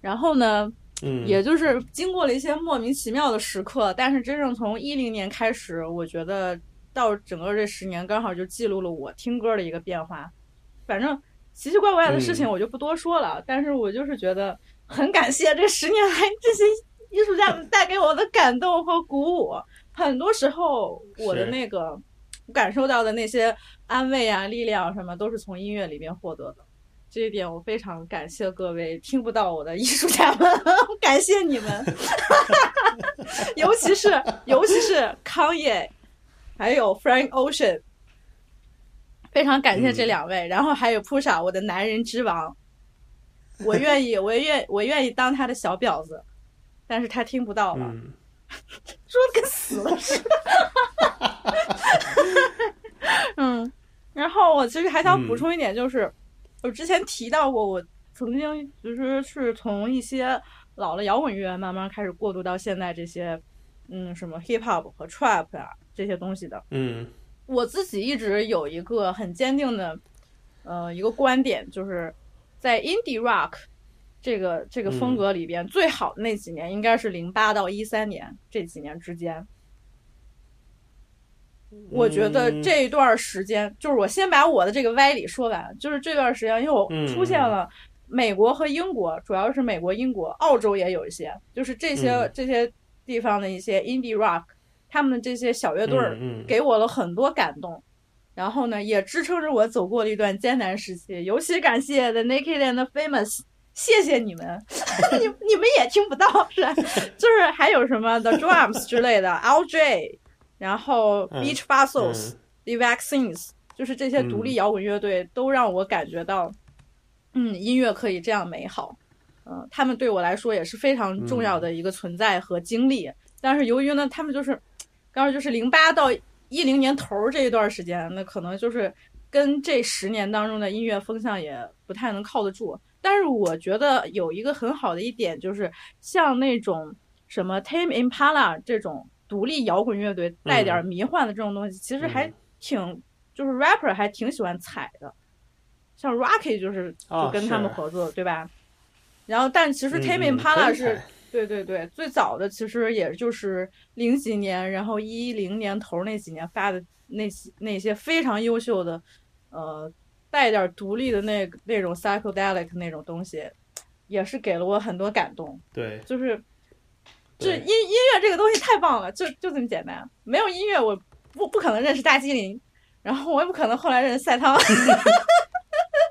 S1: 然后呢，
S2: 嗯，
S1: 也就是经过了一些莫名其妙的时刻，但是真正从一零年开始，我觉得到整个这十年，刚好就记录了我听歌的一个变化。反正奇奇怪怪的事情
S2: 嗯
S1: 我就不多说了，但是我就是觉得很感谢这十年来这些艺术家们带给我的感动和鼓舞。很多时候，我的
S2: 是
S1: 那个我感受到的那些安慰啊、力量什么，都是从音乐里面获得的。这一点我非常感谢各位听不到我的艺术家们， 感谢你们， 尤其是尤其是康也，还有 Frank Ocean，非常感谢这两位，然后还有 Pusha，我的男人之王，我愿意，我愿我愿意当他的小婊子，但是他听不到了，
S2: 嗯，
S1: 说的跟死了似的。 嗯，然后我其实还想补充一点，就是、我之前提到过，我曾经其实是从一些老的摇滚乐慢慢开始过渡到现在这些，嗯，什么 hip hop 和 trap 啊这些东西的。
S2: 嗯
S1: 我自己一直有一个很坚定的，呃，一个观点，就是在 indie rock 这个这个风格里边，最好的那几年应该是零八到一三年这几年之间。我觉得
S2: 嗯
S1: 这一段时间，就是我先把我的这个歪理说完，就是这段时间，因为我
S2: 嗯
S1: 出现了美国和英国，主要是美国、英国、澳洲也有一些，就是这些
S2: 嗯
S1: 这些地方的一些 indie rock，他们的这些小乐队儿
S2: 嗯嗯
S1: 给我了很多感动。然后呢，也支撑着我走过了一段艰难时期。尤其感谢 The Naked and the Famous，谢谢你们， 你你们也听不到是吧？ 就是还有什么 The Drums 之类的，LJ，然后
S2: 嗯
S1: Beach Fossils、The Vaccines，就是这些独立
S2: 嗯
S1: 摇滚乐队都让我感觉到，嗯，音乐可以这样美好。嗯、他们对我来说也是非常重要的一个存在和经历。但是由于呢，他们就是，刚好就是零八到一零年头儿这一段时间，那可能就是跟这十年当中的音乐风向也不太能靠得住。但是我觉得有一个很好的一点就是，像那种什么 Tame Impala 这种独立摇滚乐队带点儿迷幻的这种东西，其实还
S2: 嗯
S1: 挺就是 rapper 还挺喜欢踩的，像 Rocky 就是
S2: 哦
S1: 就跟他们
S2: 是
S1: 合作、对吧？然后，但其实
S2: 嗯
S1: Tame
S2: 嗯
S1: Impala
S2: 真
S1: 是、
S2: 踩
S1: 对对对，最早的其实也就是零几年，然后一零年头儿那几年发的那些那些非常优秀的，呃，带点儿独立的那那种 psychedelic 那种东西，也是给了我很多感动。
S2: 对，
S1: 就是，就是
S2: 对
S1: 音音乐这个东西太棒了，就就这么简单。没有音乐，我不不可能认识大吉林，然后我也不可能后来认识赛 汤。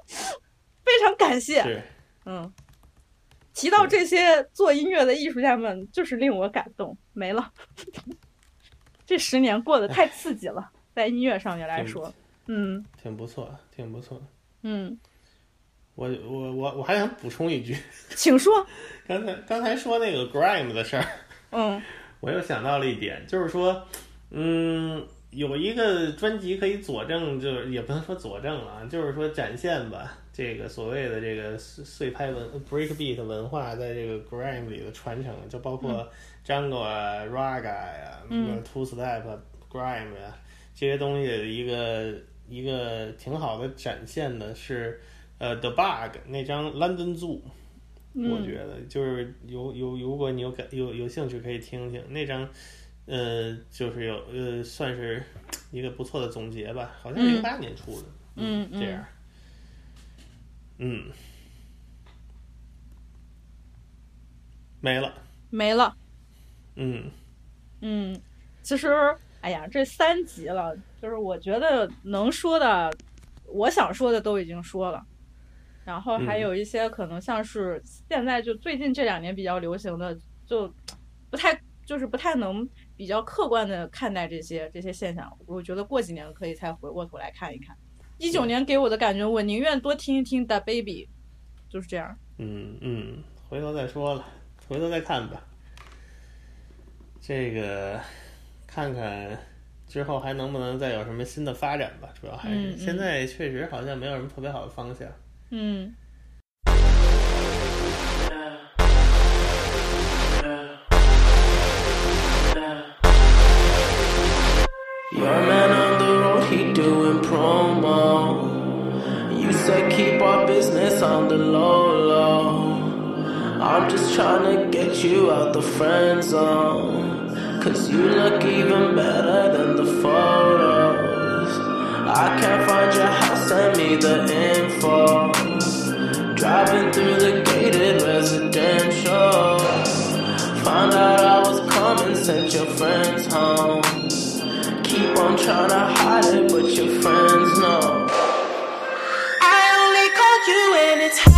S1: 非常感谢，
S2: 是
S1: 嗯，提到这些做音乐的艺术家们，就是令我感动，没了。 这十年过得太刺激了，在音乐上面来说，嗯
S2: 挺不错，挺不错。
S1: 嗯，
S2: 我我我我还想补充一句，
S1: 请说，
S2: 刚才刚才说那个 grime 的事儿，
S1: 嗯
S2: 我又想到了一点，就是说，嗯，有一个专辑可以佐证，就是也不能说佐证了啊，就是说展现吧，这个所谓的这个碎碎拍文呃 breakbeat 文化在这个 grime 里的传承，就包括 Django 啊、Raga 呀、
S1: 嗯
S2: Two Step、Grime 啊呀、这些东西的一个一个挺好的展现的是，呃，The Bug 那张 London Zoo。我
S1: 嗯
S2: 觉得就是有有，如果你有感有有兴趣，可以听听那张，呃，就是有呃，算是一个不错的总结吧，好像
S1: 嗯
S2: 零八年出的，
S1: 嗯
S2: 这样，嗯，没了，
S1: 没了。
S2: 嗯
S1: 嗯，其实，哎呀，这三集了，就是我觉得能说的，我想说的都已经说了，然后还
S2: 嗯
S1: 有一些可能像是现在就最近这两年比较流行的，就不太就是不太能比较客观的看待这些这些现象。我觉得过几年可以再回过头来看一看。一九年给我的感觉，我宁愿多听一听 Da Baby，就是这样。
S2: 嗯嗯，回头再说了，回头再看吧，这个看看。之后还能不能再有什么新的发展吧？主要还是、
S1: 嗯嗯
S2: 现在确实好像没有什么特别好的方向。
S1: 嗯。
S11: Your man on the road, he doing promo. You said keep our business on the low low. I'm just tryna get you out the friend zone. Cause you look even better than the photos. I can't find your house, send me the info. Driving through the gated residential. Found out I was coming, sent your friends home. Keep on tryna hide it, but your friends know. I only called you when it's hot.